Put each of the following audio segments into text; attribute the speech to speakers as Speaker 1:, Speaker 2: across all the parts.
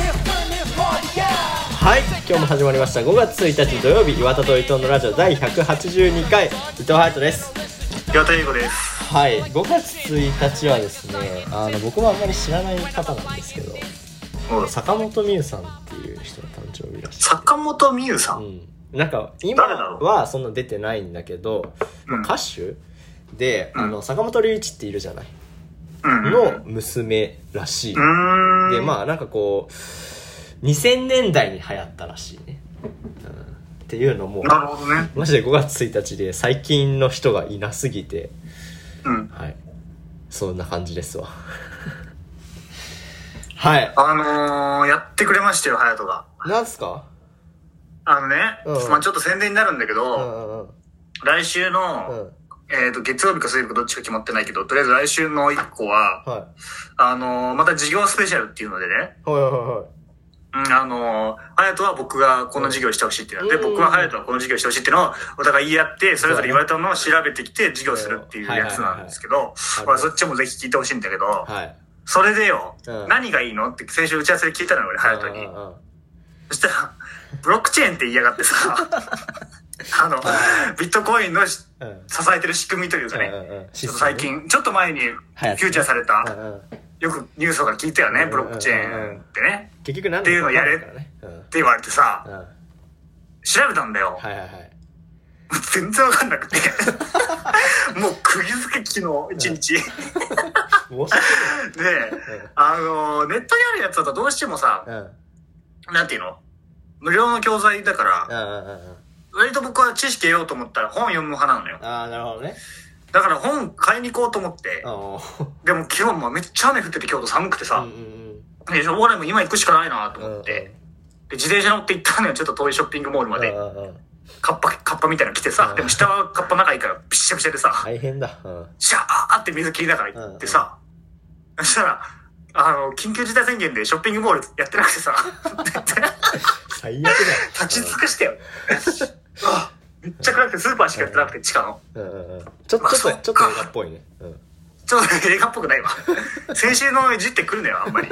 Speaker 1: this, turn this party out
Speaker 2: はい今日も始まりました5月1日土曜日岩田と伊藤のラジオ第182回伊藤ハ人です
Speaker 3: 岩田優子です
Speaker 2: はい5月1日はですねあの僕もあんまり知らない方なんですけど坂本美優さんっていう人の誕生日らしい
Speaker 3: 坂本美優さん、
Speaker 2: うん、なんか今
Speaker 3: 誰な
Speaker 2: はそんな出てないんだけど、
Speaker 3: うん
Speaker 2: 歌手で、あの坂本龍一っているじゃない
Speaker 3: うん
Speaker 2: の娘らしい、
Speaker 3: うーん
Speaker 2: でまあなんかこう2000年代に流行ったらしいね、うんっていうのも
Speaker 3: なるほどね
Speaker 2: マジで5月1日で最近の人がいなすぎて
Speaker 3: うん
Speaker 2: はいそんな感じですわ はい
Speaker 3: あのー、やってくれましたよ隼人が
Speaker 2: なんすか
Speaker 3: あのね、
Speaker 2: うん
Speaker 3: まあちょっと宣伝になるんだけ
Speaker 2: う
Speaker 3: ど、
Speaker 2: んうん
Speaker 3: 来週の、
Speaker 2: うん
Speaker 3: えっ、と、月曜日か水曜日かどっちか決まってないけど、とりあえず来週の一個は、
Speaker 2: は
Speaker 3: あのーまた授業スペシャルっていうのでね、
Speaker 2: いはいはいは
Speaker 3: うん、あのー、隼人は僕がこの授業してほしいってなって、
Speaker 2: うん
Speaker 3: 僕は隼人はこの授業してほしいっていうのをお互い言い合って、それぞれ言われたのを調べてきて授業するっていうやつなんですけど、
Speaker 2: いはいはいはい
Speaker 3: まあそっちもぜひ聞いてほしいんだけど
Speaker 2: い、はい
Speaker 3: それでよ、
Speaker 2: うん
Speaker 3: 何がいいのって先週打ち合わせで聞いたのよ、俺、隼人に
Speaker 2: うん。うんうん
Speaker 3: そしたら、ブロックチェーンって言いやがってさ、 あの、ビットコインのし
Speaker 2: うん
Speaker 3: 支えてる仕組みというかね、
Speaker 2: うんうんうん
Speaker 3: ちょっと最近、ちょっと前にフ
Speaker 2: 流行って
Speaker 3: ューチャーされ
Speaker 2: う
Speaker 3: た、
Speaker 2: んうん
Speaker 3: よくニュースとか聞いたよ
Speaker 2: うん
Speaker 3: ね、
Speaker 2: うん
Speaker 3: ブロックチェーンってね、っ
Speaker 2: 結局何
Speaker 3: っていうのやれ
Speaker 2: からねうんうん
Speaker 3: て言われてさ、
Speaker 2: はい
Speaker 3: 調べたんだよ。
Speaker 2: はいはい
Speaker 3: 全然わかんなく て。もう釘付け昨日、一
Speaker 2: 申し
Speaker 3: 日。で、あの、ネットにあるやつだとどうしてもさ
Speaker 2: 訳、ないうん
Speaker 3: なんていうの無料の教材だから、
Speaker 2: うんうんうんうん
Speaker 3: 割と僕は知識得ようと思ったら本読む派なのよ。
Speaker 2: ああなるほどね
Speaker 3: だから本買いに行こうと思って
Speaker 2: あ、ー
Speaker 3: でも昨日もめっちゃ雨降ってて京都寒くて
Speaker 2: う
Speaker 3: さ
Speaker 2: ん、うん
Speaker 3: でしょ、俺も今行くしかないなと
Speaker 2: うん
Speaker 3: 思って、で自転車乗って行ったのよ、ちょっと遠いショッピングモールま
Speaker 2: う
Speaker 3: で
Speaker 2: ん。うんうん
Speaker 3: カッパ、カッパみたいなの着て
Speaker 2: う
Speaker 3: さ
Speaker 2: ん、
Speaker 3: でも下はカッパ長いからびっしゃびしゃでさ、
Speaker 2: 大変だうん
Speaker 3: シャーって水切りながら行ってさ、そしたら、あの、緊急事態宣言でショッピングモールやってなく てさ、
Speaker 2: 最悪だよ
Speaker 3: 立ち尽 くしてよ。あめっちゃ暗くてスーパーしかやってなくて、地下の。
Speaker 2: うんうんうんちょちょっ
Speaker 3: まあ
Speaker 2: とち
Speaker 3: そ
Speaker 2: ょ
Speaker 3: っ
Speaker 2: っ
Speaker 3: か
Speaker 2: と映画っぽいねうん
Speaker 3: ちょっと映画っぽくな いわ。先週のいじってくるのよ、あんまり。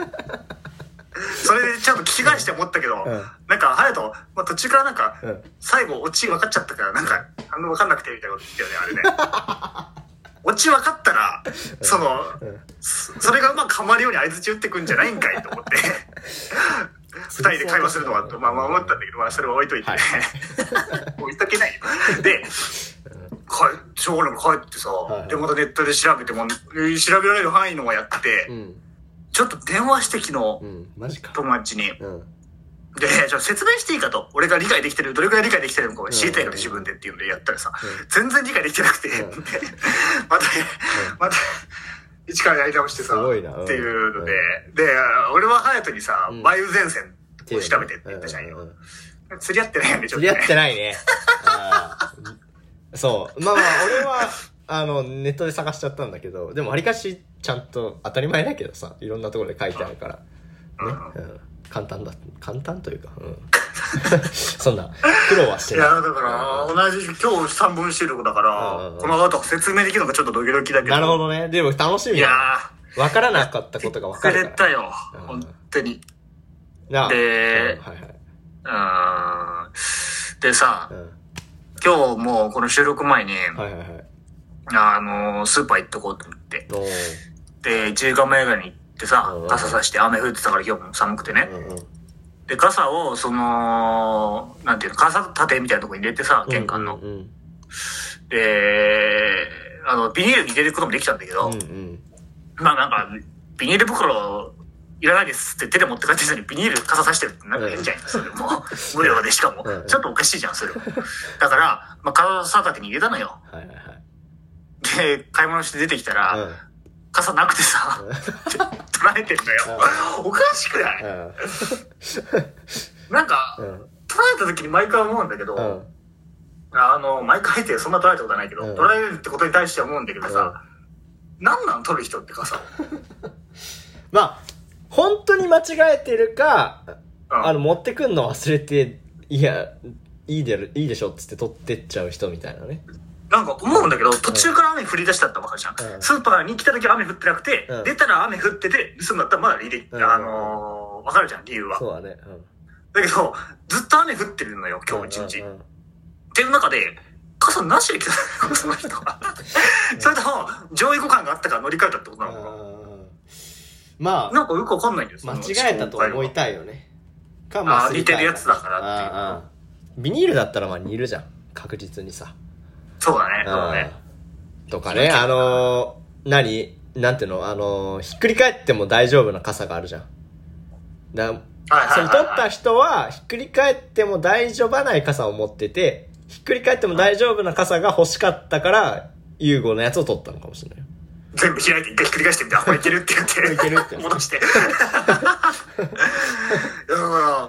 Speaker 3: それでちょっと聞き返して思ったけど、
Speaker 2: うん
Speaker 3: なんか、隼人、まあ、途中からなんか、
Speaker 2: うん
Speaker 3: 最後、オチ分かっちゃったから、なんか、あの、分かんなくてみたいなこと言ってたよね、あれね。オチ分かったら、その、
Speaker 2: うん
Speaker 3: そそれがうまくはまるように相槌打ってくんじゃないんかいと 思って、二人で会話するのは、まあまあ思ったんだけど、まあそれは置いといて、
Speaker 2: はい
Speaker 3: 置いとけないよ。で、かしょうがなく帰ってさ、
Speaker 2: いはい
Speaker 3: で、またネットで調べても、調べられる範囲のもやってて、
Speaker 2: うん
Speaker 3: ちょっと電話して昨日
Speaker 2: う、んマジか
Speaker 3: 友達に。
Speaker 2: うん
Speaker 3: で、じゃあ説明していいかと。俺が理解できてる、どれくらい理解できてるのか知りたいから自分でっていうのでやったらさ、全然理解できてなくて、で
Speaker 2: ん
Speaker 3: また、また、一からやり直して
Speaker 2: す
Speaker 3: さ、
Speaker 2: ごいなうん
Speaker 3: っていうので、で、俺は隼人にさ、
Speaker 2: ん
Speaker 3: 梅雨前線を調べてって言ったじゃん
Speaker 2: う
Speaker 3: よ
Speaker 2: う。
Speaker 3: 釣り合ってないよね、ちょ
Speaker 2: 釣
Speaker 3: っと
Speaker 2: り合って
Speaker 3: ね。
Speaker 2: ないねあーそうまあまあ俺はあのネットで探しちゃったんだけどでもありかしちゃんと当たり前だけどさいろんなところで書いてあるからね、うん、簡単だ簡単というかうん そんな苦労はして
Speaker 3: い
Speaker 2: ない
Speaker 3: や、だから、同じ、今日3本収録だか
Speaker 2: うん
Speaker 3: ら、この後説明できるのかちょっとドキドキだけど。
Speaker 2: なるほどねでも楽し
Speaker 3: い
Speaker 2: み
Speaker 3: や
Speaker 2: だわからなかったことが
Speaker 3: ー、
Speaker 2: わか
Speaker 3: 忘
Speaker 2: る
Speaker 3: れ
Speaker 2: から
Speaker 3: たよ、
Speaker 2: うん
Speaker 3: 本当に。
Speaker 2: なあ
Speaker 3: で
Speaker 2: うんはいはい
Speaker 3: うんでさ
Speaker 2: う、ん
Speaker 3: 今日もうこの収録前に、
Speaker 2: はいはいはい
Speaker 3: あのー、スーパー行っとこうと思って。
Speaker 2: おー
Speaker 3: で、1時間前ぐらいに行ってさ
Speaker 2: うん、
Speaker 3: 傘さして雨降ってたから今日も寒くてね
Speaker 2: う。んうん
Speaker 3: で、傘を、その、なんていうの、傘立てみたいなとこに入れてさ、玄関の。
Speaker 2: うんうん
Speaker 3: で、あの、ビニールに入れることもできたんだけど、
Speaker 2: うんうん
Speaker 3: まあなんか、ビニール袋いらないですって手で持って帰ってきたのにビニール傘さしてるってなんか変じゃん。それもう、無料でしかも
Speaker 2: うん。
Speaker 3: ちょっとおかしいじゃん、それは。だから、まあ傘立てに入れたのよ。
Speaker 2: はいはいはい
Speaker 3: で、買い物して出てきたら、
Speaker 2: うん
Speaker 3: 傘なくてさ、取られてんだよ。おかしくない
Speaker 2: うん
Speaker 3: なんか、
Speaker 2: う
Speaker 3: 取
Speaker 2: ん。
Speaker 3: られた時に毎回思うんだけど、
Speaker 2: うん。
Speaker 3: あの、毎回ってそんな取られたことはないけど、
Speaker 2: うん
Speaker 3: 取られるってことに対しては思うんだけどさ、なんなん取る人ってかさ、
Speaker 2: まあ、本当に間違えてるか、
Speaker 3: うん
Speaker 2: あの、持ってくんの忘れて、いや、いいでる、いいでしょっつって取ってっちゃう人みたいなね。
Speaker 3: なんか思うんだけど、途中から雨降り出したったばかりじゃん。
Speaker 2: うん
Speaker 3: スーパーに来た時は雨降ってなくて、
Speaker 2: うん
Speaker 3: 出たら雨降ってて、盗んだったらまだ履歴、
Speaker 2: うん
Speaker 3: あのー、わかるじゃん、理由は。
Speaker 2: そうだね。
Speaker 3: だけど、ずっと雨降ってるのよ、
Speaker 2: うん。
Speaker 3: 今日一日。
Speaker 2: うんうんうん
Speaker 3: っていう中で、傘なしで来たのよその人は。 それとも、上位互換があったから乗り換えたってことなのか
Speaker 2: あーま
Speaker 3: な。なんかよくわかんないんです
Speaker 2: あ、間違えたと思いたいよね。か、
Speaker 3: ああー、
Speaker 2: 忘れ
Speaker 3: 似
Speaker 2: た
Speaker 3: て
Speaker 2: い
Speaker 3: るやつだからっていう。
Speaker 2: あーあービニールだったらまあ煮るじゃん。確実にさ。
Speaker 3: そうだね、そう
Speaker 2: あ
Speaker 3: だね。
Speaker 2: ーとかね、あのー、何なんていうのあのー、ひっくり返っても大丈夫な傘があるじゃん。だ
Speaker 3: はいはい
Speaker 2: そ
Speaker 3: はい
Speaker 2: の
Speaker 3: はい
Speaker 2: 取った人は、ひっくり返っても大丈夫ない傘を持ってて、ひっくり返っても大丈夫な傘が欲しかったから、ユーゴのやつを取ったのかもしれないよ。
Speaker 3: 全部開いて一回ひっくり返してみて、あ、これいけるって言って。
Speaker 2: いけるって
Speaker 3: 戻 して。いやだか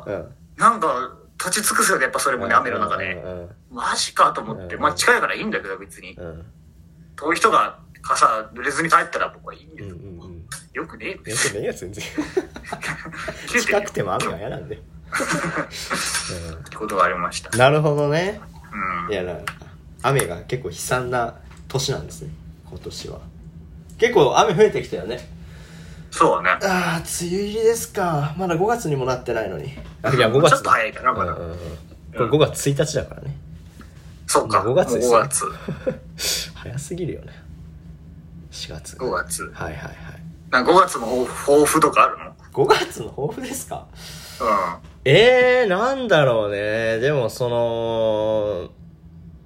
Speaker 3: ら、
Speaker 2: うん。
Speaker 3: なんか、立ち尽くすよね、やっぱそれもね、雨の中で。
Speaker 2: うん
Speaker 3: マジかと思って。
Speaker 2: うん
Speaker 3: まあ近いからいいんだけど、別に。
Speaker 2: うんうん。
Speaker 3: 遠い人が傘濡れずに帰ったら僕はいいん
Speaker 2: う
Speaker 3: で
Speaker 2: ん
Speaker 3: す
Speaker 2: うんうん。
Speaker 3: よくねえよ。
Speaker 2: よくねえやつ全然。
Speaker 3: 切れてる
Speaker 2: 近
Speaker 3: よ
Speaker 2: くても雨が嫌なんで。
Speaker 3: ってことがありました。
Speaker 2: うんなるほどね。
Speaker 3: うん。
Speaker 2: いやな雨が結構悲惨な年なんですね今年は結構雨増えてきたよね
Speaker 3: そうだね。
Speaker 2: ああ梅雨入りですかまだ5月にもなってないのにいや5月
Speaker 3: ちょっと早いかな、まだ。
Speaker 2: うんうんうんこれ5月1日だからね
Speaker 3: そうか。
Speaker 2: 5月ですね
Speaker 3: 5月。
Speaker 2: 早すぎるよね4月
Speaker 3: 5月。
Speaker 2: はいはいはい
Speaker 3: なんか5月の抱負とかあるの
Speaker 2: 5月の抱負ですか
Speaker 3: う
Speaker 2: えー、なんだろうねでもその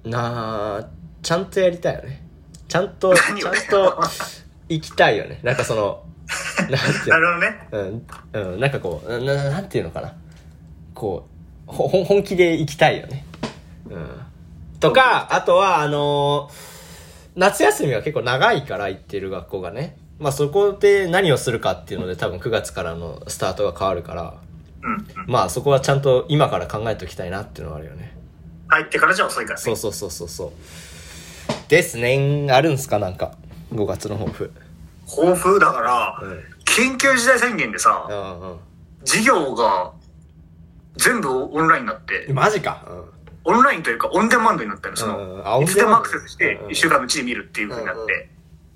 Speaker 2: なあちゃんとやりたいよねちゃんとちゃん
Speaker 3: 何をね。
Speaker 2: と行きたいよねなんかそのなんていうんの
Speaker 3: なるほどね。
Speaker 2: うん、うん、なんかこう、な、ななんていうのかな。こう、ほ、ほん本気で行きたいよね。うん。とか、あとは、あのー夏休みは結構長いから行ってる学校がね。まあそこで何をするかっていうので多分9月からのスタートが変わるから、
Speaker 3: うんうん。
Speaker 2: まあそこはちゃんと今から考えておきたいなっていうのはあるよね。
Speaker 3: 入ってからじゃ遅いから
Speaker 2: そ
Speaker 3: ね
Speaker 2: う。そうそうそうそう。ですね。あるんすかなんか。5月の抱負。
Speaker 3: 抱負だから、
Speaker 2: うん。
Speaker 3: 緊急事態宣言で
Speaker 2: う
Speaker 3: さ、
Speaker 2: んうん
Speaker 3: 授業が全部オンラインになって
Speaker 2: え。、マジか。うん。
Speaker 3: オンラインというかオンデマンドになったの、そ
Speaker 2: うんあオ
Speaker 3: の、
Speaker 2: ンデマン
Speaker 3: い
Speaker 2: ド
Speaker 3: つでもアクセスして
Speaker 2: うんうん
Speaker 3: 1週間のうちに見るっていう風になっ
Speaker 2: うんうん
Speaker 3: て。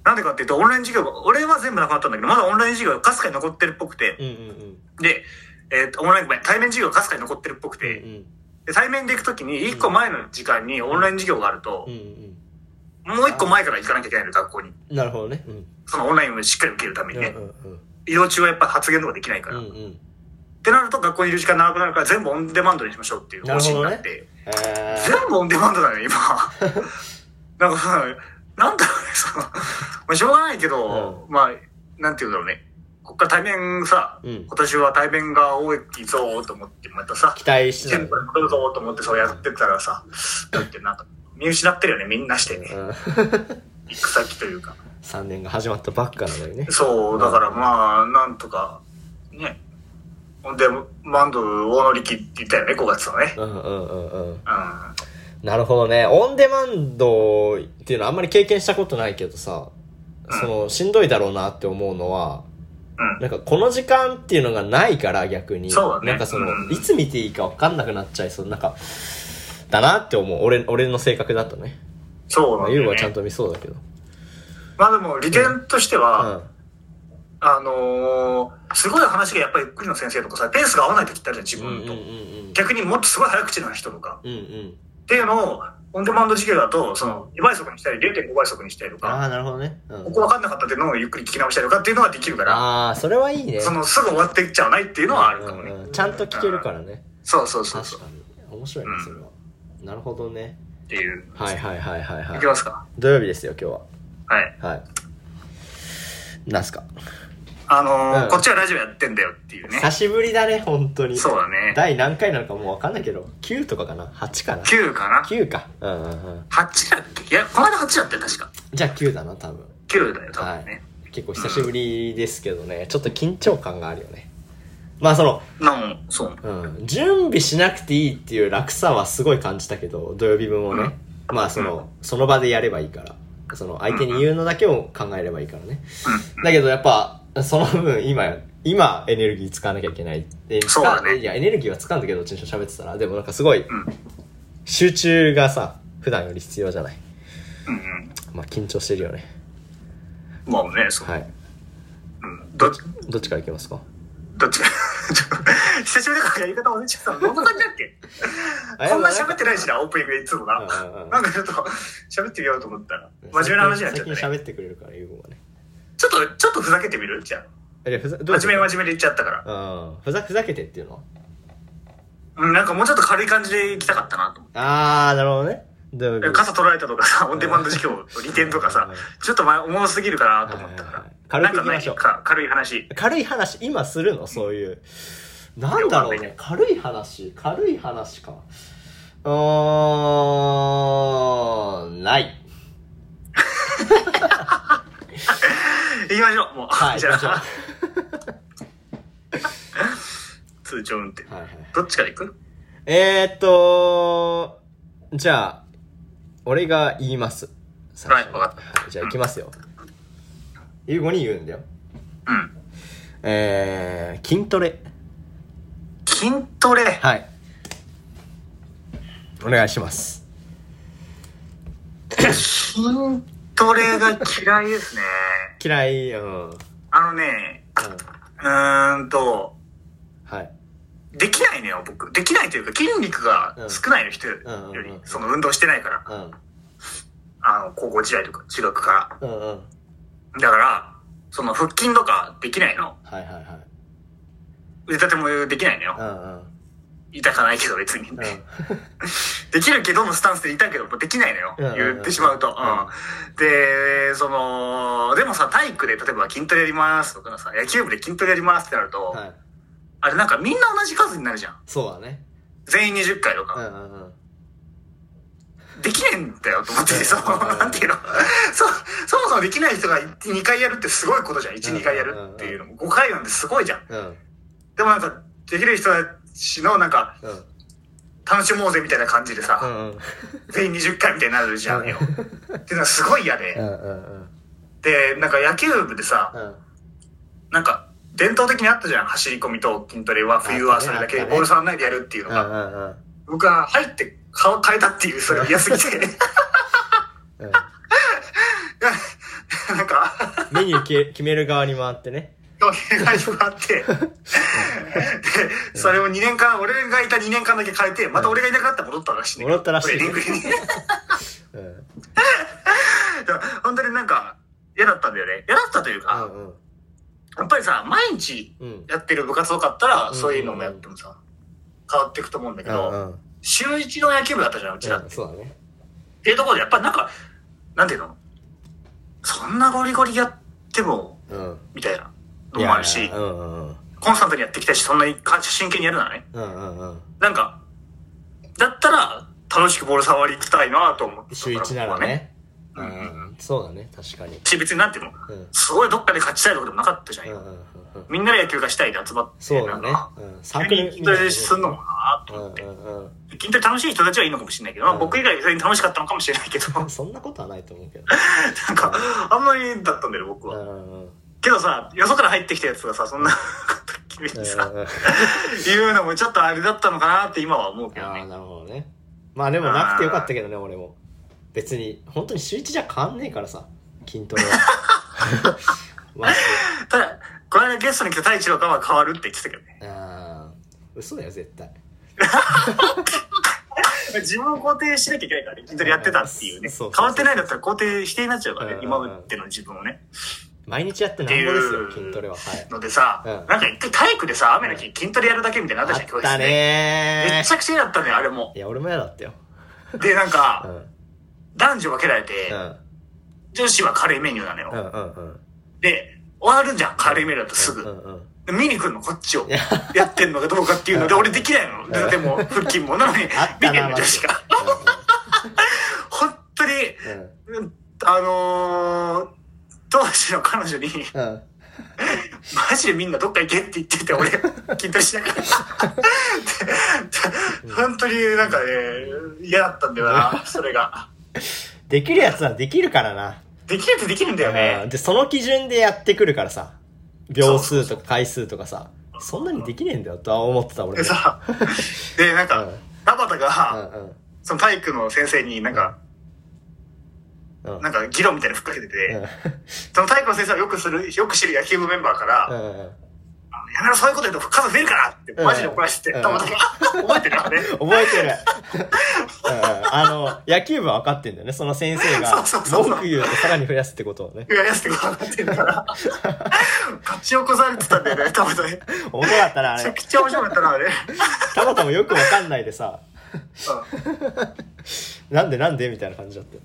Speaker 3: なんでかっていうと、オンライン授業が、俺は全部なくなったんだけど、まだオンライン授業がかすかに残ってるっぽくて、
Speaker 2: うんうん
Speaker 3: で、えっと、オンライン、ごめん、対面授業がかすかに残ってるっぽく
Speaker 2: うん。う
Speaker 3: て、
Speaker 2: ん
Speaker 3: で対面で行くときに、1個前の時間にオンライン授業があると
Speaker 2: うんう、んうん。
Speaker 3: もう1個前から行かなきゃいけないの、学校に。
Speaker 2: なるほどね。うん。
Speaker 3: そのオンラインをしっかり受けるため
Speaker 2: う
Speaker 3: に
Speaker 2: んう
Speaker 3: ね。
Speaker 2: ん
Speaker 3: 移動中はやっぱ発言とかできないか
Speaker 2: う
Speaker 3: ら。
Speaker 2: ん。うん
Speaker 3: ってなると学校にいる時間長くなるから全部オンデマンドにしましょうっていう方針になって。
Speaker 2: え
Speaker 3: 全部オンデマンドだよ、今。 なんかさ、なんだろうね、その、まあ、しょうがないけど、まあ、なんて言うんだろうね。こっから対面さ、
Speaker 2: うん
Speaker 3: 今年は対面が多いぞーと思って、また
Speaker 2: ー、
Speaker 3: さ
Speaker 2: 期待してた
Speaker 3: 店
Speaker 2: ね
Speaker 3: 舗に戻るぞーと思ってそうやってたらさ、だってなんか、見失ってるよね、みんなしてね。
Speaker 2: うん
Speaker 3: 行く先というか。
Speaker 2: 3年が始まったばっかなのにね。
Speaker 3: そう、だからまあ、なんとか、ね。ほんで、マンド大乗り切っていたよね、5月のね。
Speaker 2: うんうんうんうん。
Speaker 3: うん。
Speaker 2: なるほどね。オンデマンドっていうのはあんまり経験したことないけどさ、その、しんどいだろうなって思うのは、
Speaker 3: うん。
Speaker 2: なんかこの時間っていうのがないから逆に。
Speaker 3: そうだね
Speaker 2: なんかその、
Speaker 3: うん
Speaker 2: いつ見ていいかわかんなくなっちゃいそう。なんか、だなって思う。俺、俺の性格だとね。
Speaker 3: そう
Speaker 2: ま
Speaker 3: な
Speaker 2: あ、
Speaker 3: んだ
Speaker 2: ユー
Speaker 3: よ
Speaker 2: ゴはちゃん
Speaker 3: ね。
Speaker 2: と見そうだけど。
Speaker 3: まあでも、利点として
Speaker 2: う
Speaker 3: は、
Speaker 2: ん。
Speaker 3: あのー、すごい話がやっぱりゆっくりの先生とかさ、ペースが合わない時ってあるじゃ、
Speaker 2: うんうんん
Speaker 3: 自
Speaker 2: うんう
Speaker 3: 分
Speaker 2: ん。
Speaker 3: と。逆にもっとすごい早口な人とか。
Speaker 2: うんうん。
Speaker 3: っていうのを、オンデマンド授業だと、その、2倍速にしたり、0.5倍速にしたりと
Speaker 2: あ
Speaker 3: か、
Speaker 2: あ、なるほどね。うん
Speaker 3: ここ分かんなかったっていうのをゆっくり聞き直したりとかっていうのができるから、
Speaker 2: ああ、それはいいね。
Speaker 3: その、すぐ終わっていっちゃわないっていうのはあるかもね
Speaker 2: うんう。んちゃんと聞けるからね。
Speaker 3: そうそうそうそ
Speaker 2: 確
Speaker 3: う。
Speaker 2: かに。面白いね、それは。なるほどね。
Speaker 3: っていう。
Speaker 2: はいはいはいはいはいい
Speaker 3: き。ますか。
Speaker 2: 土曜日ですよ、今
Speaker 3: はい。
Speaker 2: 日は。はい。なんすか。
Speaker 3: あのー
Speaker 2: うん
Speaker 3: こっちはラジオやってんだよっていうね。
Speaker 2: 久しぶりだね、本当に。
Speaker 3: そうだね。
Speaker 2: 第何回なのかもうわかんないけど、9とかかな ?8 かな
Speaker 3: 9かな
Speaker 2: ?9 か。うんうんうん。
Speaker 3: ?8 だっけいや、この間8だったよ、確か。
Speaker 2: じゃあ9だな、多分。
Speaker 3: 9だよ、多
Speaker 2: は
Speaker 3: 分
Speaker 2: い
Speaker 3: ね。。
Speaker 2: 結構久しぶりですけどね、ちょっと緊張感があるよね。まあその、
Speaker 3: なん、そう。
Speaker 2: うん、準備しなくていいっていう楽さはすごい感じたけど、土曜日分をね。まあその、その場でやればいいから。その相手に言うのだけを考えればいいからね。だけどやっぱ、その分今、今エネルギー使わなきゃいけない。で
Speaker 3: そうだね
Speaker 2: 使いや、エネルギーは使うんだけど、うちの人喋ってたら。でもなんかすごい
Speaker 3: ん、
Speaker 2: 集中がさ、普段より必要じゃない。
Speaker 3: うんうん。
Speaker 2: まあ緊張してるよね。
Speaker 3: まあね、そう。
Speaker 2: はい。
Speaker 3: うんどっち、
Speaker 2: どっちからいきますか
Speaker 3: どっちか。ちょ 久しぶりだからやり方忘れちゃった。どんな感じだっけ
Speaker 2: あ
Speaker 3: こんな喋ってないしな、オープニングでいつもな。
Speaker 2: うんうんうん
Speaker 3: なんかちょっと、喋ってみようと思ったら、真面目な話になっちゃった
Speaker 2: 最近
Speaker 3: ね。
Speaker 2: 喋ってくれるから、ゆうごがね。
Speaker 3: ちょっと、ちょっとふざけてみるじゃあ。
Speaker 2: え、ふざ、どういうこと
Speaker 3: 真面目に真面目で言っちゃったから。
Speaker 2: うん。ふざ、ふざけてっていうのは
Speaker 3: うん、なんかもうちょっと軽い感じで行きたかったなと思って。
Speaker 2: あー、なるほどね。どういうこ
Speaker 3: え
Speaker 2: と
Speaker 3: 傘取られたとかさ、オンデマンド事業の利点とか
Speaker 2: う
Speaker 3: さ
Speaker 2: ん、
Speaker 3: ちょっと前重すぎるかなと思った
Speaker 2: はいはいはい
Speaker 3: か
Speaker 2: 軽
Speaker 3: ら。なん
Speaker 2: く行
Speaker 3: か
Speaker 2: きましょう
Speaker 3: ねか軽い話。
Speaker 2: 軽い話、今するのそういう。なんだろう
Speaker 3: いや
Speaker 2: ね。軽い話、軽い話か。うーん、ない。
Speaker 3: 行きましょう、もう。
Speaker 2: はい、
Speaker 3: じゃ
Speaker 2: 行きましょう
Speaker 3: あ、 通常運転。
Speaker 2: はいはい。
Speaker 3: どっちから行く
Speaker 2: えーっと、じゃあ、俺が言います。最初に
Speaker 3: はいわかった
Speaker 2: はいじゃあ行きますよ。ゆうごに言うんだよ。
Speaker 3: うん。
Speaker 2: えー、筋トレ。
Speaker 3: 筋トレ。
Speaker 2: はい。お願いします。
Speaker 3: 筋トレが嫌いですね。
Speaker 2: 嫌い、うん。うん。
Speaker 3: あのね、うーんと、
Speaker 2: はい。
Speaker 3: できないのよ、僕。できないというか、筋肉が少ないの人よ
Speaker 2: うんうんうん
Speaker 3: り
Speaker 2: うん、
Speaker 3: その運動してないから、
Speaker 2: うん。
Speaker 3: あの、高校時代とか、中学か
Speaker 2: うんうん。はい
Speaker 3: ら。だから、その腹筋とかできないの。
Speaker 2: はいはい。
Speaker 3: 腕立てもできないの
Speaker 2: う
Speaker 3: よ。
Speaker 2: んうん。
Speaker 3: 痛かないけど、別に。
Speaker 2: うん。
Speaker 3: できるけどのスタンスでいたけど、もうできないのよ。
Speaker 2: うんうんうん
Speaker 3: 言ってしまうと。うん。で、その、でもさ、体育で、例えば筋トレやりますとかさ、野球部で筋トレやりますってなると、
Speaker 2: はい。
Speaker 3: あれなんかみんな同じ数になるじゃん。
Speaker 2: そうだね。
Speaker 3: 全員20回と
Speaker 2: う
Speaker 3: か。
Speaker 2: んうんうん。
Speaker 3: できねえんだよと思って
Speaker 2: うん
Speaker 3: て、その、
Speaker 2: うん
Speaker 3: なんていうの。そ、そもそもできない人が2回やるってすごいことじゃん。1、
Speaker 2: うん
Speaker 3: 2回やるっていうのも5回なんてすごいじゃん。
Speaker 2: うん。
Speaker 3: でもなんか、できる人たちのなんか、
Speaker 2: うん。
Speaker 3: 楽しもうぜみたいな感じで
Speaker 2: う
Speaker 3: さ、
Speaker 2: んうん。
Speaker 3: 全員20回みたいになるじゃんよ。っていうのはすごい嫌
Speaker 2: う
Speaker 3: で。
Speaker 2: んうんうん。
Speaker 3: で、なんか野球部でさ
Speaker 2: う、ん。
Speaker 3: なんか、伝統的にあったじゃん。走り込みと筋トレは冬はそれだ
Speaker 2: あっ
Speaker 3: け
Speaker 2: たね
Speaker 3: ボール触らないでやるっていうの
Speaker 2: う
Speaker 3: が。
Speaker 2: んうんうん。
Speaker 3: 僕は入って顔変えたっていう、それ嫌すぎて。
Speaker 2: うん
Speaker 3: なんか、
Speaker 2: メニューけ決める側に回ってね。
Speaker 3: お願いしがあって、で、それを2年間、俺がいた2年間だけ変えて、また俺がいなくなったら戻ったらしいね。
Speaker 2: 戻ったらしい
Speaker 3: トレーニングに。い
Speaker 2: うん。
Speaker 3: や本当になんか、嫌だったんだよね。嫌だったという
Speaker 2: う
Speaker 3: か、
Speaker 2: んうん。
Speaker 3: やっぱりさ、毎日
Speaker 2: うん。
Speaker 3: やってる部活とかあったら、
Speaker 2: うん
Speaker 3: そういうのもやってもさ、変わっていくと思うんだけ
Speaker 2: うんう
Speaker 3: ど、
Speaker 2: ん。
Speaker 3: 週一の野球部だったじゃん、うちらって。っ
Speaker 2: そうだね。
Speaker 3: ていうところで、やっぱりなんか、なんていうのそんなゴリゴリやっても、
Speaker 2: うん。
Speaker 3: みたいなのもある
Speaker 2: い
Speaker 3: し
Speaker 2: や、うんうんうん。
Speaker 3: コンスタントにやってきたし、そんなに感謝真剣にやるならね。
Speaker 2: うんうんうん。
Speaker 3: なんか、だったら、楽しくボール触り行きたいなと思って。
Speaker 2: 週一なら。ね。う
Speaker 3: うんうん
Speaker 2: んうん。そうだね。確かに。
Speaker 3: し、別になんていうの、
Speaker 2: うん
Speaker 3: すごいどっかで勝ちたいとかでもなかったじゃん、
Speaker 2: うんう
Speaker 3: 今
Speaker 2: んうんうん。
Speaker 3: みんなで野球がしたいで集まって、
Speaker 2: そうだね
Speaker 3: なんか。
Speaker 2: うん。サー
Speaker 3: 急
Speaker 2: クル
Speaker 3: に筋トレするのもな
Speaker 2: う
Speaker 3: と思
Speaker 2: ん
Speaker 3: って。
Speaker 2: うんうん。
Speaker 3: 筋トレ楽しい人たちはいいのかもしれないけど、まあ
Speaker 2: うん
Speaker 3: 僕以外全に楽しかったのかもしれな いけど、なん
Speaker 2: そんなことはないと思うけど。
Speaker 3: か、あんまりだったんだよ、僕
Speaker 2: う
Speaker 3: は。
Speaker 2: んうんうん。
Speaker 3: けどさ、よそから入ってきたやつがさ、そんなこと 君にさ、
Speaker 2: うん
Speaker 3: 言うのもちょっとあれだったのかなって今は思うけど
Speaker 2: ああ
Speaker 3: ね。
Speaker 2: なるほどねまあでもなくてよかったけどね俺も別に本当に週一じゃ変わんねえからさ筋トレは マジ
Speaker 3: ただ、この間ゲストに来た太一郎が変わるって言ってたけどね。
Speaker 2: であー嘘だよ絶対
Speaker 3: 自分を肯定しなきゃいけないからね、筋トレやってたっていうね。
Speaker 2: そうそうそう
Speaker 3: 変わってないんだったら肯定否定になっちゃうから
Speaker 2: う
Speaker 3: ね
Speaker 2: ん、
Speaker 3: 今までの自分をね。
Speaker 2: 毎日やってなんぼですよ
Speaker 3: っていう
Speaker 2: 筋トレははい
Speaker 3: のでさ、
Speaker 2: うん
Speaker 3: なんか一回体育でさ、雨の日筋トレやるだけみたいなのあ
Speaker 2: あ
Speaker 3: ったじゃん、
Speaker 2: っ
Speaker 3: 教室
Speaker 2: た
Speaker 3: で。め
Speaker 2: ね
Speaker 3: ちゃくちゃ嫌だったね、あれも
Speaker 2: ー。いや俺も嫌だったよ
Speaker 3: で、なん
Speaker 2: うん
Speaker 3: か、
Speaker 2: うん
Speaker 3: 男女分けられて、
Speaker 2: うん
Speaker 3: 女子は軽いメニューなのよ。
Speaker 2: うんうん
Speaker 3: で、終わるじゃん、軽いメニューだとすぐ。
Speaker 2: うんうん
Speaker 3: で見に来るの、こっちを
Speaker 2: や。
Speaker 3: やってんのかどうかっていうので、俺できないの。ででも、腹筋も。なのに
Speaker 2: あっ、
Speaker 3: 見
Speaker 2: た
Speaker 3: て
Speaker 2: な
Speaker 3: る女子が。本当に、
Speaker 2: うんうん
Speaker 3: うんあのー、当時の彼女
Speaker 2: う
Speaker 3: に、
Speaker 2: ん
Speaker 3: マジでみんなどっか行けって言ってて、俺、筋トレしながら。でで本当になんかね、嫌だったんだよな、それが。
Speaker 2: できるやつはできるからな。
Speaker 3: できるってできるんだよ
Speaker 2: うん
Speaker 3: ね。
Speaker 2: で、その基準でやってくるからさ。秒数とか回数とかさ。そんなにできねえんだよとは思ってた俺
Speaker 3: で
Speaker 2: も。
Speaker 3: さ、で、なん
Speaker 2: う
Speaker 3: か
Speaker 2: ん、
Speaker 3: ラバタ
Speaker 2: う
Speaker 3: が、
Speaker 2: ん
Speaker 3: その体育の先生になんか、
Speaker 2: うん。うん
Speaker 3: なんか議論みたいなのふっかけて
Speaker 2: う
Speaker 3: て、
Speaker 2: ん
Speaker 3: その体育の先生はよくする、よく知る野球部メンバーか
Speaker 2: う
Speaker 3: ら、
Speaker 2: んうん
Speaker 3: やめろ、そういうこと言うと数増えるからって、マジで怒らせて、
Speaker 2: うん
Speaker 3: ラバタが、覚えてるからね。
Speaker 2: 覚えてる。うんあの、野球部は分かってんだよね。その先生が
Speaker 3: そうそうそうそう
Speaker 2: 文句言うとさらに増やすってことをね。
Speaker 3: やりやすくなってるから、勝ち起こされてたんだ よね、多分ね。
Speaker 2: 面白かったな、あ
Speaker 3: めちゃ
Speaker 2: れ
Speaker 3: く。ちゃ面白かったな、あれ。
Speaker 2: たまたまよく分かんないでさ、
Speaker 3: う
Speaker 2: なんでなんでみたいな感じだったよ。
Speaker 3: ん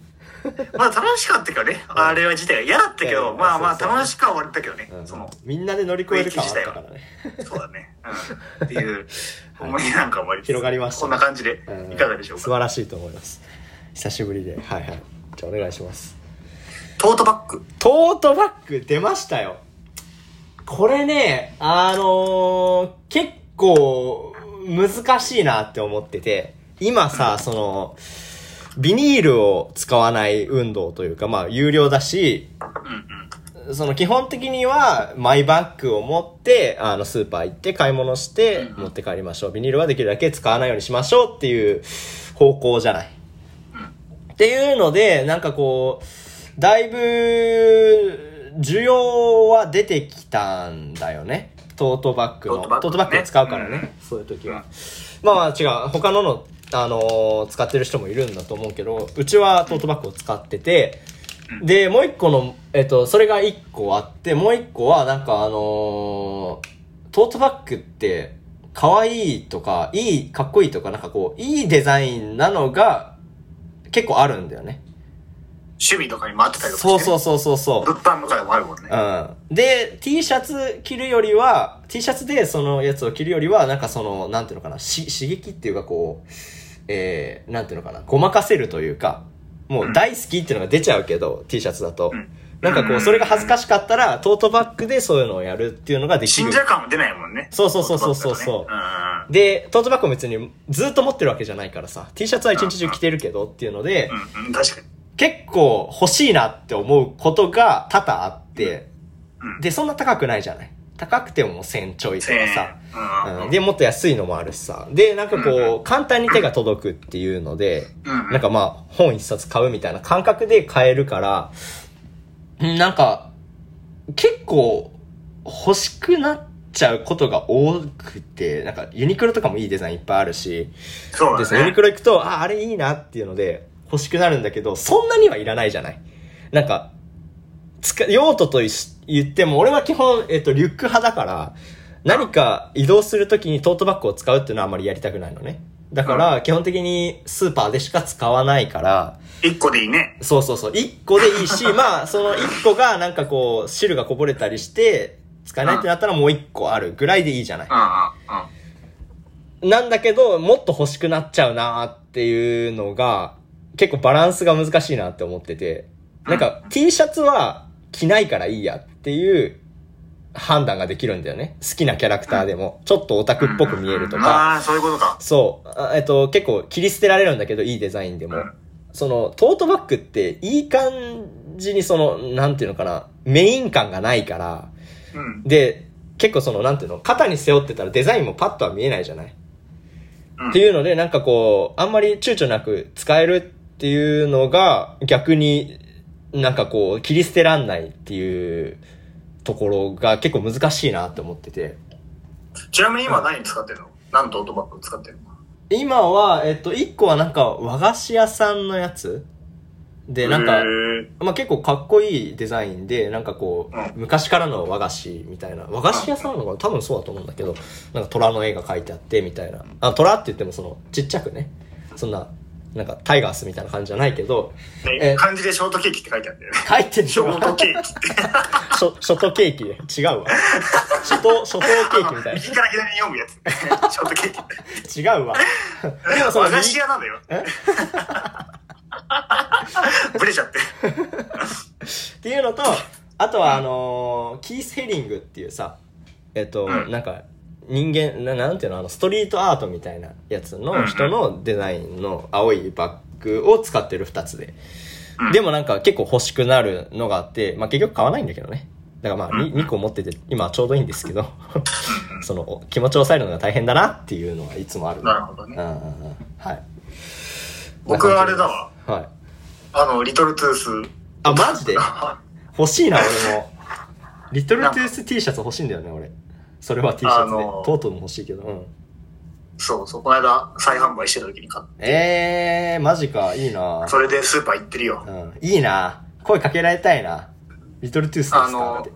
Speaker 3: まあ楽しかったけどね、あれは自体が嫌だったけ
Speaker 2: いやいや
Speaker 3: ど、まあまあ
Speaker 2: そうそう
Speaker 3: 楽しくは終わったけどね、
Speaker 2: うん
Speaker 3: その、
Speaker 2: みんなで乗り越える感はあったからね。
Speaker 3: そうだね、うん、っていう思いなんかもありつつ
Speaker 2: 広がりました
Speaker 3: こんな感じで
Speaker 2: うん
Speaker 3: いかがでしょう
Speaker 2: 素
Speaker 3: か。
Speaker 2: 晴らしいと思います。久しぶりで。はいはい。じゃあお願いします。
Speaker 3: トートバッグ。
Speaker 2: トートバッグ出ましたよ。これね、あのー結構難しいなって思ってて、今さ、その、ビニールを使わない運動というか、まあ、有料だし、
Speaker 3: うんうん。
Speaker 2: その基本的には、マイバッグを持って、あの、スーパー行って買い物して、持って帰りましょう。ビニールはできるだけ使わないようにしましょうっていう方向じゃない。っていうので、なんかこう、だいぶ、需要は出てきたんだよね。トートバッグの。
Speaker 3: ト
Speaker 2: トー
Speaker 3: ートバッグね
Speaker 2: トバッグを使うからね。そういう時は。まあまあ違う。他のの、あのー使ってる人もいるんだと思うけど、うちはトートバッグを使ってて、で、もう一個の、えっと、それが一個あって、もう一個は、なんかあのートートバッグって、可愛いとか、いい、かっこいいとか、なんかこう、いいデザインなのが、結構あるんだよ ね。
Speaker 3: 趣味とかに回ってたりとかして、
Speaker 2: そうそうそうそうそう。
Speaker 3: 物販とかでもあるもんね。
Speaker 2: うん。で、T シャツ着るよりは、T シャツでそのやつを着るよりは、なんかその、なんていうのかな、し、刺激っていうかこう、えー、なんていうのかな、ごまかせるというか、もう大好きっていうのが出ちゃうけど、T シャツだと。
Speaker 3: ん
Speaker 2: なんかこう、それが恥ずかしかったら、トートバッグでそういうのをやるっていうのができ
Speaker 3: 信
Speaker 2: る。
Speaker 3: 者感も出ないもんね。
Speaker 2: そうそうそうそうそうそう
Speaker 3: トートバッグとかね
Speaker 2: で、トートバッグも別にずっと持ってるわけじゃないからさ、T シャツは一日中着てるけどっていうので、
Speaker 3: うんうん。うんうん、確かに。
Speaker 2: 結構欲しいなって思うことが多々あって、
Speaker 3: うんうん
Speaker 2: で、そんな高くないじゃない高くても1000ちょいとかさ、
Speaker 3: 1000うん
Speaker 2: うんで、もっと安いのもあるしさ。で、なんかこう、
Speaker 3: う
Speaker 2: 簡単に手が届くっていうので、
Speaker 3: うんうん
Speaker 2: なんかまあ、本一冊買うみたいな感覚で買えるから、うんなんか、結構、欲しくなっちゃうことが多くて、なんか、ユニクロとかもいいデザインいっぱいあるし、
Speaker 3: そう
Speaker 2: で
Speaker 3: だ
Speaker 2: すね、
Speaker 3: ね。
Speaker 2: ユニクロ行くと、あ、あれいいなっていうので、欲しくなるんだけど、そんなにはいらないじゃない。なんか、使、用途といし言っても、俺は基本、えっと、リュック派だから、何か移動するときにトートバッグを使うっていうのはあんまりやりたくないのね。だから、基本的にスーパーでしか使わないから、
Speaker 3: 一個でいいね。
Speaker 2: そうそうそう、1個でい いし、まあ、その1個がなんかこう、汁がこぼれたりして、使えないってなったらもう1個あるぐらいでいいじゃない
Speaker 3: うん。うんうん。
Speaker 2: なんだけど、もっと欲しくなっちゃうなーっていうのが、結構バランスが難しいなって思ってて、なんか T シャツは着ないからいいやっていう判断ができるんだよね。好きなキャラクターでも、ちょっとオタクっぽく見えるとか、
Speaker 3: ああ、そういうことか。
Speaker 2: そう、あえっと、結構切り捨てられるんだけど、いいデザインでも
Speaker 3: うん。
Speaker 2: その、トートバッグっていい感じにその、なんていうのかな、メイン感がないから、
Speaker 3: うん。
Speaker 2: で、結構その、なんていうの、肩に背負ってたらデザインもパッとは見えないじゃない
Speaker 3: うん
Speaker 2: っていうので、なんかこう、あんまり躊躇なく使えるっていうのが、逆になんかこう、切り捨てらんないっていうところが結構難しいなって思ってて。
Speaker 3: ちなみに今何使ってるの何とオートバッグ使ってるの
Speaker 2: 今は、えっと、一個はなんか和菓子屋さんのやつで、なん
Speaker 3: へ
Speaker 2: か、
Speaker 3: ー
Speaker 2: まあ、結構かっこいいデザインで、なんかこう、
Speaker 3: う
Speaker 2: 昔からの和菓子みたいな、和菓子屋さんなのかな多分そうだと思うんだけど、なんか虎の絵が描いてあって、みたいな。あ、虎って言ってもその、ちっちゃくね。そんな、なんかタイガースみたいな感じじゃないけど、
Speaker 3: ね
Speaker 2: え
Speaker 3: 漢字でショートケーキって書いてあるんだよね。
Speaker 2: 書いてる
Speaker 3: ショート
Speaker 2: よ。
Speaker 3: ケーキって。
Speaker 2: ショショートケーキね。違うわ。 ショト、ショトケーキみたい
Speaker 3: 右から左に読むや つ。ショートケーキって。
Speaker 2: な。違うわ。でもその
Speaker 3: 和菓子
Speaker 2: 右、
Speaker 3: 屋なんだよ。 ブレちゃって。
Speaker 2: っていうのと、あとはあのーキース・ヘリングっていうさえっと、
Speaker 3: うん
Speaker 2: なんか人間ななんていうのあのストリートアートみたいなやつの人のデザインの青いバッグを使ってる2つで
Speaker 3: うん
Speaker 2: でもなんか結構欲しくなるのがあって、まあ、結局買わないんだけどねだからまあ 2,
Speaker 3: うん
Speaker 2: 個持ってて今ちょうどいいんですけど そのお気持ちを抑えるのが大変だなっていうのはいつもある
Speaker 3: なるほどね
Speaker 2: うんうんうんはい
Speaker 3: 僕はあれだわ。
Speaker 2: はい
Speaker 3: あの、リトルトゥース。
Speaker 2: あマジで
Speaker 3: あ
Speaker 2: 欲しいな俺もリトルトゥース T シャツ欲しいんだよね俺それは T シャツで、
Speaker 3: あのー
Speaker 2: とうとうも欲しいけどうん
Speaker 3: そうそう、この間再販売してた時に買っ
Speaker 2: えー、マジかいいな
Speaker 3: た。それでスーパー行ってるよ
Speaker 2: う。んいいな声かけられたいなリトルトゥースですか、
Speaker 3: あのー
Speaker 2: ってうん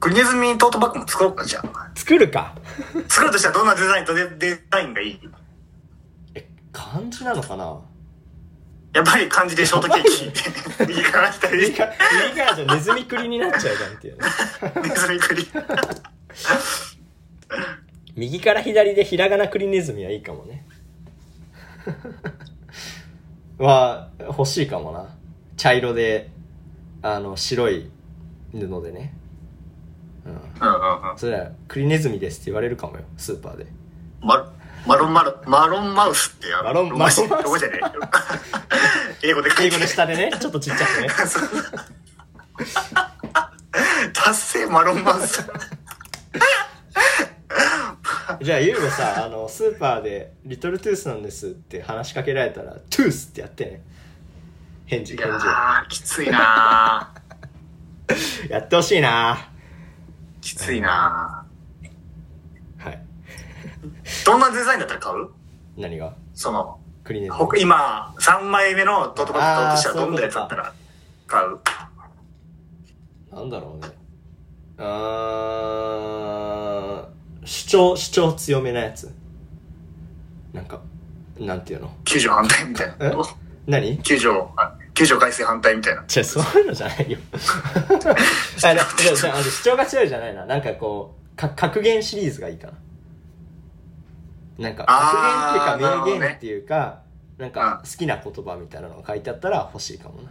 Speaker 3: クリネズミトートバッグも作ろうか、じゃあ。
Speaker 2: 作るか
Speaker 3: 作るとしたらどんなデザインとデデザインがいい
Speaker 2: え漢字なのかな
Speaker 3: やっぱり漢字でショートケーキ。 右から左
Speaker 2: 右
Speaker 3: に。
Speaker 2: か右からじゃネズミクリになっちゃうじゃんっていうね
Speaker 3: ネズミクリ。
Speaker 2: 右から左でひらがなクリネズミはいいかもね は欲しいかもな茶色であの白い布でねうん
Speaker 3: うんうんうん。
Speaker 2: それはクリネズミですって言われるかもよスーパーで
Speaker 3: ママロンマロ、マロンマウスってや
Speaker 2: マロンマウス
Speaker 3: ロマウじゃねえ英語で書い
Speaker 2: 英
Speaker 3: て
Speaker 2: 語
Speaker 3: あ
Speaker 2: の
Speaker 3: る
Speaker 2: 下でね ちょっとちっちゃくね
Speaker 3: そう達成マロンマウ ス。
Speaker 2: じゃあユーゴさあのスーパーで「リトルトゥースなんです」って話しかけられたら「トゥース」ってやってね返事
Speaker 3: いや
Speaker 2: 返事
Speaker 3: ー、きついなー
Speaker 2: やってほしいな
Speaker 3: きついな
Speaker 2: はい
Speaker 3: ーどんなデザインだったら買う
Speaker 2: 何が
Speaker 3: その、
Speaker 2: クリネズミ
Speaker 3: ほ今、3枚目のトートバッグ買おうとしたら
Speaker 2: あー
Speaker 3: どんなやつだったら買う
Speaker 2: なんだろうね。あー、主張、主張強めなやつ。なんか、なんていうの
Speaker 3: 救助反対みたい
Speaker 2: え
Speaker 3: な。
Speaker 2: 何
Speaker 3: 救助、あ救助改正反対みたいな。
Speaker 2: 違う、そういうのじゃ ないよ。あ、でもでもでもあの主張が強いじゃないな。なんかこう、か格言シリーズがいいかな。なんか、
Speaker 3: あ
Speaker 2: 格言っ
Speaker 3: ー
Speaker 2: ていうか、名
Speaker 3: なるほどね
Speaker 2: 言っていうか、なんか
Speaker 3: う、
Speaker 2: 好きな言葉みたいなのが書いてあったら欲しいかもな。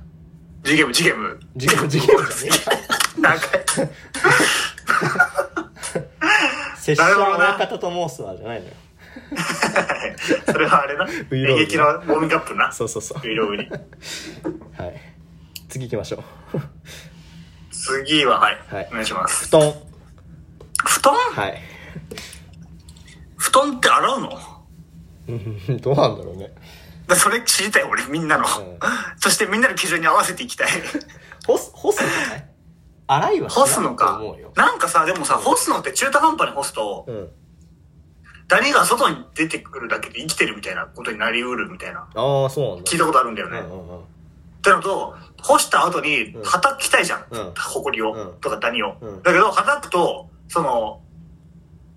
Speaker 3: ジゲム、ジゲム。
Speaker 2: 授業、授業じゃねえか。
Speaker 3: なんか、
Speaker 2: 拙者の親方と申すわじゃないのよ。
Speaker 3: それはあれな。
Speaker 2: ウイ
Speaker 3: 演
Speaker 2: ロウリ
Speaker 3: 劇のウォーミングアップな。
Speaker 2: そうそうそう。
Speaker 3: ウイロウリ。
Speaker 2: はい。次行きましょう。
Speaker 3: 次は、はい、
Speaker 2: はい
Speaker 3: お願いします。
Speaker 2: 布団。
Speaker 3: 布団
Speaker 2: はい。
Speaker 3: 布団って洗うの
Speaker 2: うん どうなんだろうね。
Speaker 3: だそれ知りたい、俺、みんなの。
Speaker 2: ん
Speaker 3: そしてみんなの基準に合わせていきたい。
Speaker 2: 干す、干すじゃない 洗いはしない
Speaker 3: 干すのか
Speaker 2: と思うよ。。
Speaker 3: なんかさ、でもさ、干すのって中途半端に干すと、
Speaker 2: うん。
Speaker 3: ダニが外に出てくるだけで生きてるみたいなことになりうるみたいな。
Speaker 2: ああ、そうなんだ。
Speaker 3: 聞いたことあるんだよね。
Speaker 2: うんうんうん。
Speaker 3: ってのと、干した後に、
Speaker 2: ん
Speaker 3: 叩きたいじゃん。
Speaker 2: うん
Speaker 3: ほこりを、
Speaker 2: うん
Speaker 3: とかダニを、
Speaker 2: うん
Speaker 3: だけど、叩くと、その、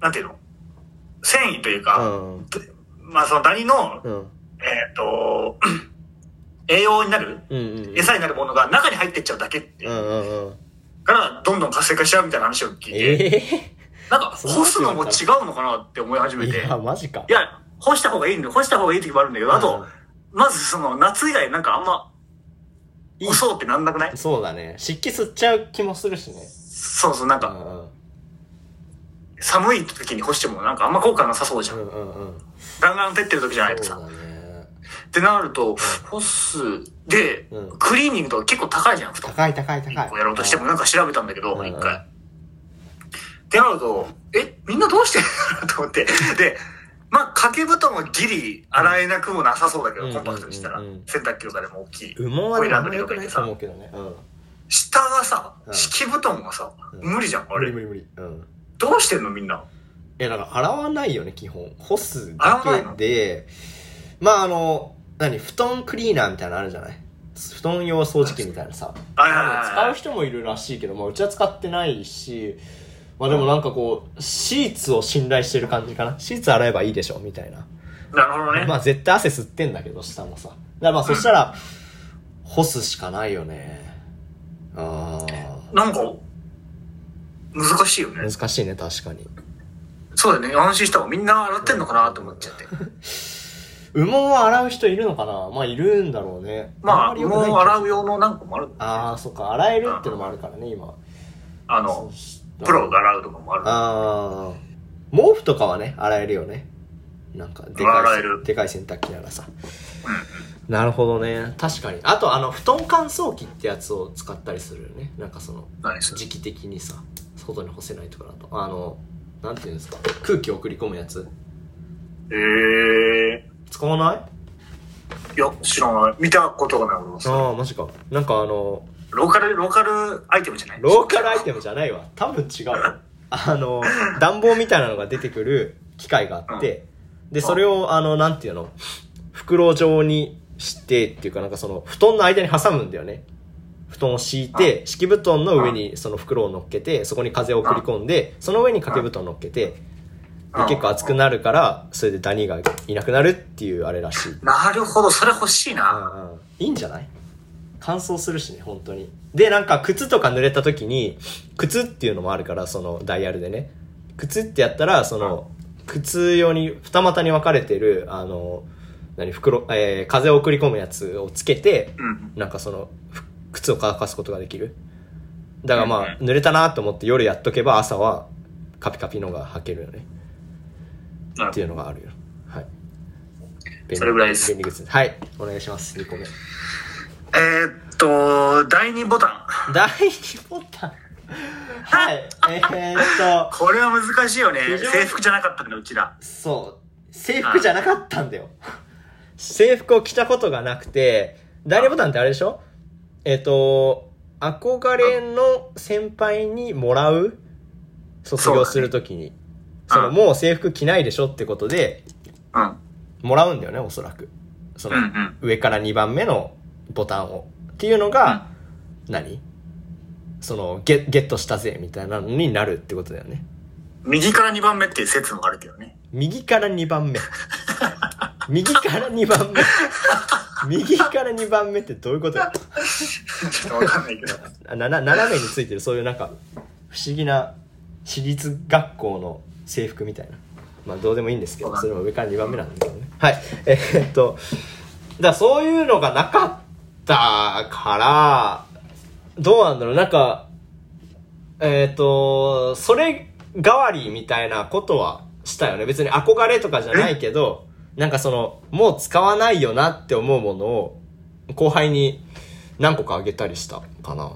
Speaker 3: なんていうの繊維という
Speaker 2: う
Speaker 3: か、
Speaker 2: ん
Speaker 3: まあそのダニの、
Speaker 2: うん。うん。
Speaker 3: えっ、と、 栄養になる、
Speaker 2: うんうんうん。
Speaker 3: 餌になるものが中に入ってっちゃうだけって、
Speaker 2: うんうんうん。
Speaker 3: から、どんどん活性化しちゃうみたいな話を聞いて、
Speaker 2: え
Speaker 3: なんか、
Speaker 2: そんなこと
Speaker 3: 干すのも違うのかなって思い始
Speaker 2: え
Speaker 3: めて。い
Speaker 2: いや、
Speaker 3: や、
Speaker 2: マジか。
Speaker 3: 干した方がいいんだよ。干した方がいい時もあるんだけど、あと、まずその、夏以外なんかあんま、
Speaker 2: いい
Speaker 3: 干そうってなんなくない
Speaker 2: そうだね。湿気吸っちゃう気もするしね。
Speaker 3: そうそう、なん
Speaker 2: うん
Speaker 3: か、
Speaker 2: うん
Speaker 3: 寒い時に干してもなんかあんま効果なさそうじゃ。
Speaker 2: うんんうんうん。
Speaker 3: ガンガン照ってる時じゃないと
Speaker 2: そう
Speaker 3: さ。
Speaker 2: だね。
Speaker 3: ってなると、干す、で
Speaker 2: うん、
Speaker 3: クリーニングとか結構高いじゃん、布団。
Speaker 2: 高い高い高い。
Speaker 3: こうやろうとしてもなんか調べたんだけど
Speaker 2: う、ん
Speaker 3: 一回。ってなると、え、みんなどうしてるのと思って。で、まあ、掛け布団はギリ洗えなくもなさそうだけ
Speaker 2: う
Speaker 3: ど、
Speaker 2: ん
Speaker 3: コンパクトにしたら
Speaker 2: うんうんうん。
Speaker 3: 洗濯機とかでも大きい。
Speaker 2: 羽毛は
Speaker 3: オイ
Speaker 2: ね、
Speaker 3: ラ
Speaker 2: あ
Speaker 3: ン
Speaker 2: ん
Speaker 3: ド
Speaker 2: ま
Speaker 3: リー
Speaker 2: 良く
Speaker 3: とか
Speaker 2: ない
Speaker 3: で
Speaker 2: と
Speaker 3: さ
Speaker 2: 思う、けどね。うん。
Speaker 3: 下がさ、
Speaker 2: うん
Speaker 3: 敷布団がさ、
Speaker 2: うん
Speaker 3: 無理じゃん、あ
Speaker 2: 無理
Speaker 3: れ
Speaker 2: 無。理無理。うん。
Speaker 3: どうしてんのみんな。
Speaker 2: え、だから洗わないよね、基本。干すだけで、まああの、何、布団クリーナーみたいなのあるじゃない布団用掃除機みたいなさ。
Speaker 3: はいはいはい
Speaker 2: 使う人もいるらしいけど、まあうちは使ってないし、まあでもなんかこう、シーツを信頼してる感じかな。シーツ洗えばいいでしょ、みたいな。
Speaker 3: なるほどね。
Speaker 2: まあ絶対汗吸ってんだけど、下もさ。だからまあそしたら、干すしかないよね。あ
Speaker 3: なんか、難しいよ
Speaker 2: あ、
Speaker 3: ね。
Speaker 2: 難しいね、確かに。
Speaker 3: そうだよね。安心したわ。みんな洗ってんのかなと思っちゃって。
Speaker 2: 羽毛は洗う人いるのかなまあ、いるんだろうね。
Speaker 3: まあ、
Speaker 2: んり
Speaker 3: 羽
Speaker 2: 良くな
Speaker 3: 毛
Speaker 2: い
Speaker 3: を洗う用の何個もあるんだよね
Speaker 2: ああ、そっか。洗えるってのもあるからね、今。
Speaker 3: あ
Speaker 2: そ
Speaker 3: の
Speaker 2: う、し
Speaker 3: プロが洗うとかもある。
Speaker 2: ああ。毛布とかはね、洗えるよね。なんか、でかい、
Speaker 3: 洗える
Speaker 2: でかい洗濯機ならさ。なるほどね。確かに。あと、あの、布団乾燥機ってやつを使ったりするよね。なんかその、
Speaker 3: 何する
Speaker 2: 時期的にさ、外に干せないとかだと。あの、なんていうんですか。空気を送り込むやつ。
Speaker 3: ええ
Speaker 2: 使わない
Speaker 3: ー、いや、知らない。見たことがない俺もさ
Speaker 2: ああ、マジか。なんかあの、
Speaker 3: ローカル、ローカルアイテムじゃない
Speaker 2: ローカルアイテムじゃないわ。多分違うわ。あの、暖房みたいなのが出てくる機械があって、で、それを、あの、なんていうの、袋状にしてっていうか、なんかその、布団の間に挟むんだよね。布団を敷いて、敷布団の上にその袋を乗っけて、そこに風を送り込んで、その上に掛け布団を乗っけて、で
Speaker 3: うん
Speaker 2: 結構熱くなるから、それでダニがいなくなるっていうあれらしい。うん
Speaker 3: なるほど、それ欲しいな。
Speaker 2: うんいいんじゃない乾燥するしね、本当に。で、なんか靴とか濡れた時に、靴っていうのもあるから、そのダイヤルでね。靴ってやったら、その、靴用に二股に分かれてる、あの、何、袋、えー風を送り込むやつをつけて、
Speaker 3: うん。
Speaker 2: なんかその、ふ靴を乾かすことができる。だからま
Speaker 3: うん
Speaker 2: あ、濡れたなと思って夜やっとけば朝は、カピカピのが履けるよね。
Speaker 3: なる
Speaker 2: っていうのがあるよ。はい。
Speaker 3: それぐらいです
Speaker 2: 便利グッズはい。お願いします。2個目。
Speaker 3: えーっと、第2ボタン。
Speaker 2: 第2ボタン。はい。えーっと、
Speaker 3: これは難しいよね
Speaker 2: 非常。に
Speaker 3: 制服じゃなかったんだ、うちら。
Speaker 2: そう。制服じゃなかったんだよ。制服を着たことがなくて、第2ボタンってあれでしょえーっと、憧れの先輩にもらう卒業するときに。そ
Speaker 3: そう
Speaker 2: の、
Speaker 3: だね
Speaker 2: もう制服着ないでしょってことで、
Speaker 3: うん。
Speaker 2: もらうんだよね、おそらく。そ
Speaker 3: うん
Speaker 2: の
Speaker 3: う、ん。
Speaker 2: 上から2番目のボタンを。っていうのが、何そのゲ、ゲットしたぜみたいなのになるってことだよね。
Speaker 3: 右から2番目っていう説もあるけ どね。
Speaker 2: 右から2番目。右から2番目。右から2番目ってどういうことよ
Speaker 3: ちょっとわかんないけど。
Speaker 2: あなな斜めについてるそういうなんか、不思議な私立学校の制服みたいな。まあどうでもいいんですけど、それも上から2番目なんですけどね。はい。えーっと、だからそういうのがなかったから、どうなんだろう、なんか、えーっと、それ代わりみたいなことはしたよね。別に憧れとかじゃないけど、なんかその、もう使わないよなって思うものを、後輩に何個かあげたりしたかな。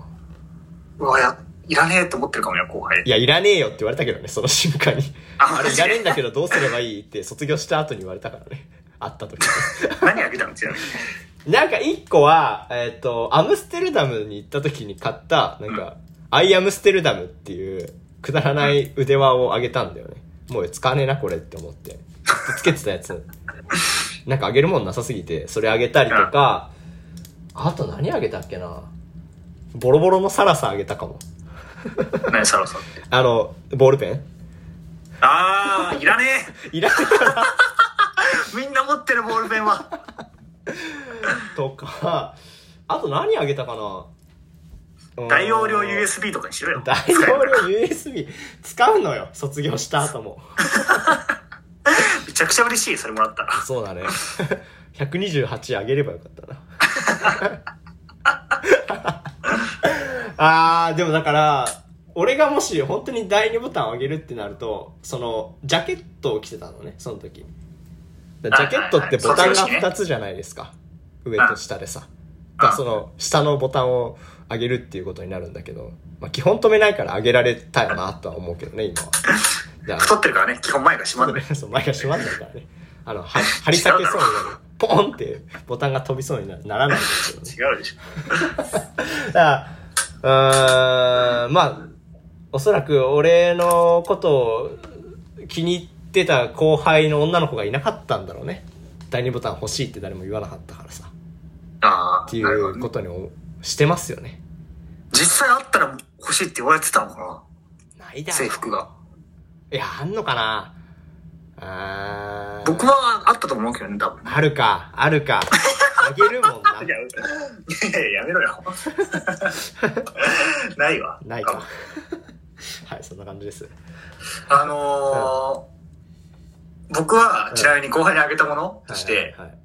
Speaker 3: うわ、や、いらねえと思ってるかもよ、後輩
Speaker 2: い。や、いらねえよって言われたけどね、その瞬間に。
Speaker 3: あ
Speaker 2: あれ、いらねえんだけどどうすればいいって卒業した後に言われたからね。会った時
Speaker 3: 何あげたのちなみに。
Speaker 2: なんか一個は、えっ、と、アムステルダムに行った時に買った、なんか、アイアムステルダムっていう、くだらない腕輪をあげたんだよね。もう使わねえな、これって思って。ずっとつけてたや つ。なんかあげるもんなさすぎて、それあげたりとか、あと何あげたっけなボロボロのサラサあげたかも。
Speaker 3: 何サラさんって。
Speaker 2: あの、ボールペ ン
Speaker 3: あー、いらね
Speaker 2: いらないかな
Speaker 3: え。みんな持ってるボールペンは。
Speaker 2: とか、あと何あげたかな
Speaker 3: 大容量
Speaker 2: うん
Speaker 3: USB とかにしろよ。
Speaker 2: 大容量 USB 使うのよ卒業した後も
Speaker 3: めちゃくちゃ嬉しい、それもらったら。
Speaker 2: そう だね128あげればよかったな あーでもだから俺がもし本当に第2ボタンを上げるってなるとそのジャケットを着てたのねその時だからジャケットってボタンが2つじゃないですか上と下でさだからその下のボタンを上げるっていうことになるんだけど、まあ、基本止めないから上げられたよなとは思うけどね今 はだから
Speaker 3: 太ってるからね、基本前が閉まんない。
Speaker 2: そう、前が閉まんないからね。あの、は張り裂けそうになる。ポーンってボタンが飛びそうになならないんですけどね。
Speaker 3: 違うでしょ。
Speaker 2: だから、うーん、まあ、おそらく俺のことを気に入ってた後輩の女の子がいなかったんだろうね。第2ボタン欲しいって誰も言わなかったからさ。
Speaker 3: あ
Speaker 2: って
Speaker 3: ー、
Speaker 2: い
Speaker 3: なるほ
Speaker 2: う
Speaker 3: ど
Speaker 2: こ
Speaker 3: ね
Speaker 2: とにもしてますよね。
Speaker 3: 実際あったら欲しいって言われてたのか
Speaker 2: ない
Speaker 3: な
Speaker 2: だろ
Speaker 3: 制服が。
Speaker 2: う。いや、あんのかなあー
Speaker 3: 僕はあったと思うけどね、多分。
Speaker 2: あるか、あるか。あげるもん な。
Speaker 3: いや、いやいややめろよ。ないわ。
Speaker 2: ないか。はい、そんな感じです。
Speaker 3: あのー僕は、ちなみに後輩にあげたものとして、
Speaker 2: はいはい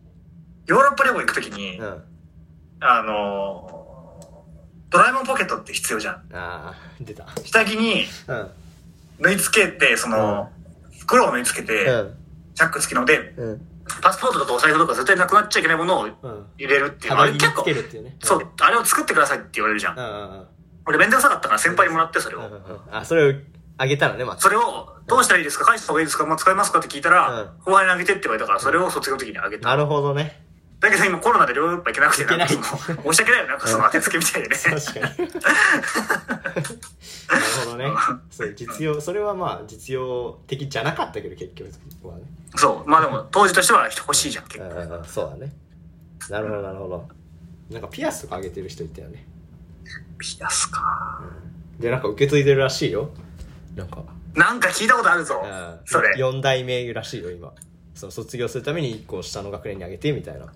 Speaker 3: ヨーロッパ旅行行くときに、
Speaker 2: はい、
Speaker 3: あのー、ドラえもんポケットって必要じゃん。
Speaker 2: うん。あー、出た。
Speaker 3: 下着に
Speaker 2: うん。
Speaker 3: 縫い付けて、その、袋を縫い付けて、
Speaker 2: うん。
Speaker 3: チャック付きので、
Speaker 2: うん。
Speaker 3: パスポートとかお財布とか絶対なくなっちゃいけないものを
Speaker 2: うん。
Speaker 3: 入れるっていう。あ
Speaker 2: 肌
Speaker 3: れ
Speaker 2: 着に
Speaker 3: 結
Speaker 2: つ
Speaker 3: 構
Speaker 2: け、るっていうね。
Speaker 3: そ
Speaker 2: ん
Speaker 3: う。、あれを作ってくださいって言われるじゃん
Speaker 2: う。んうん
Speaker 3: 俺面倒くさかったから先輩にもらって、それ
Speaker 2: う
Speaker 3: を。
Speaker 2: ん。うんうんうんあ、それをあげたらね、また。
Speaker 3: それを、どうしたらいいですか返した方がいいですかもう使えますかって聞いたら
Speaker 2: う、
Speaker 3: 後輩にあげてって言われたから、それを卒業の時にあげた。
Speaker 2: なるほどね。
Speaker 3: だけど今コロナでヨーロッパ行けなくて、なんかその、
Speaker 2: 行け
Speaker 3: 申し訳ないよ。なんかその当て付けみたいでね。
Speaker 2: 確かに。なるほどね。そう、実用、それはまあ、実用的じゃなかったけど、結局はね。
Speaker 3: そう。まあでも、当時としては欲しいじゃん、結
Speaker 2: う
Speaker 3: 構。
Speaker 2: んうんうん、そうだね。なるほど、なるほど。なんかピアスとかあげてる人いたよね。
Speaker 3: ピアスか。
Speaker 2: で、なんか受け継いでるらしいよ。なんか。
Speaker 3: なんか聞いたことあるぞ
Speaker 2: うん。
Speaker 3: それ。
Speaker 2: 4代目らしいよ、今。その卒業するために1個下の学年にあげて、みたいな。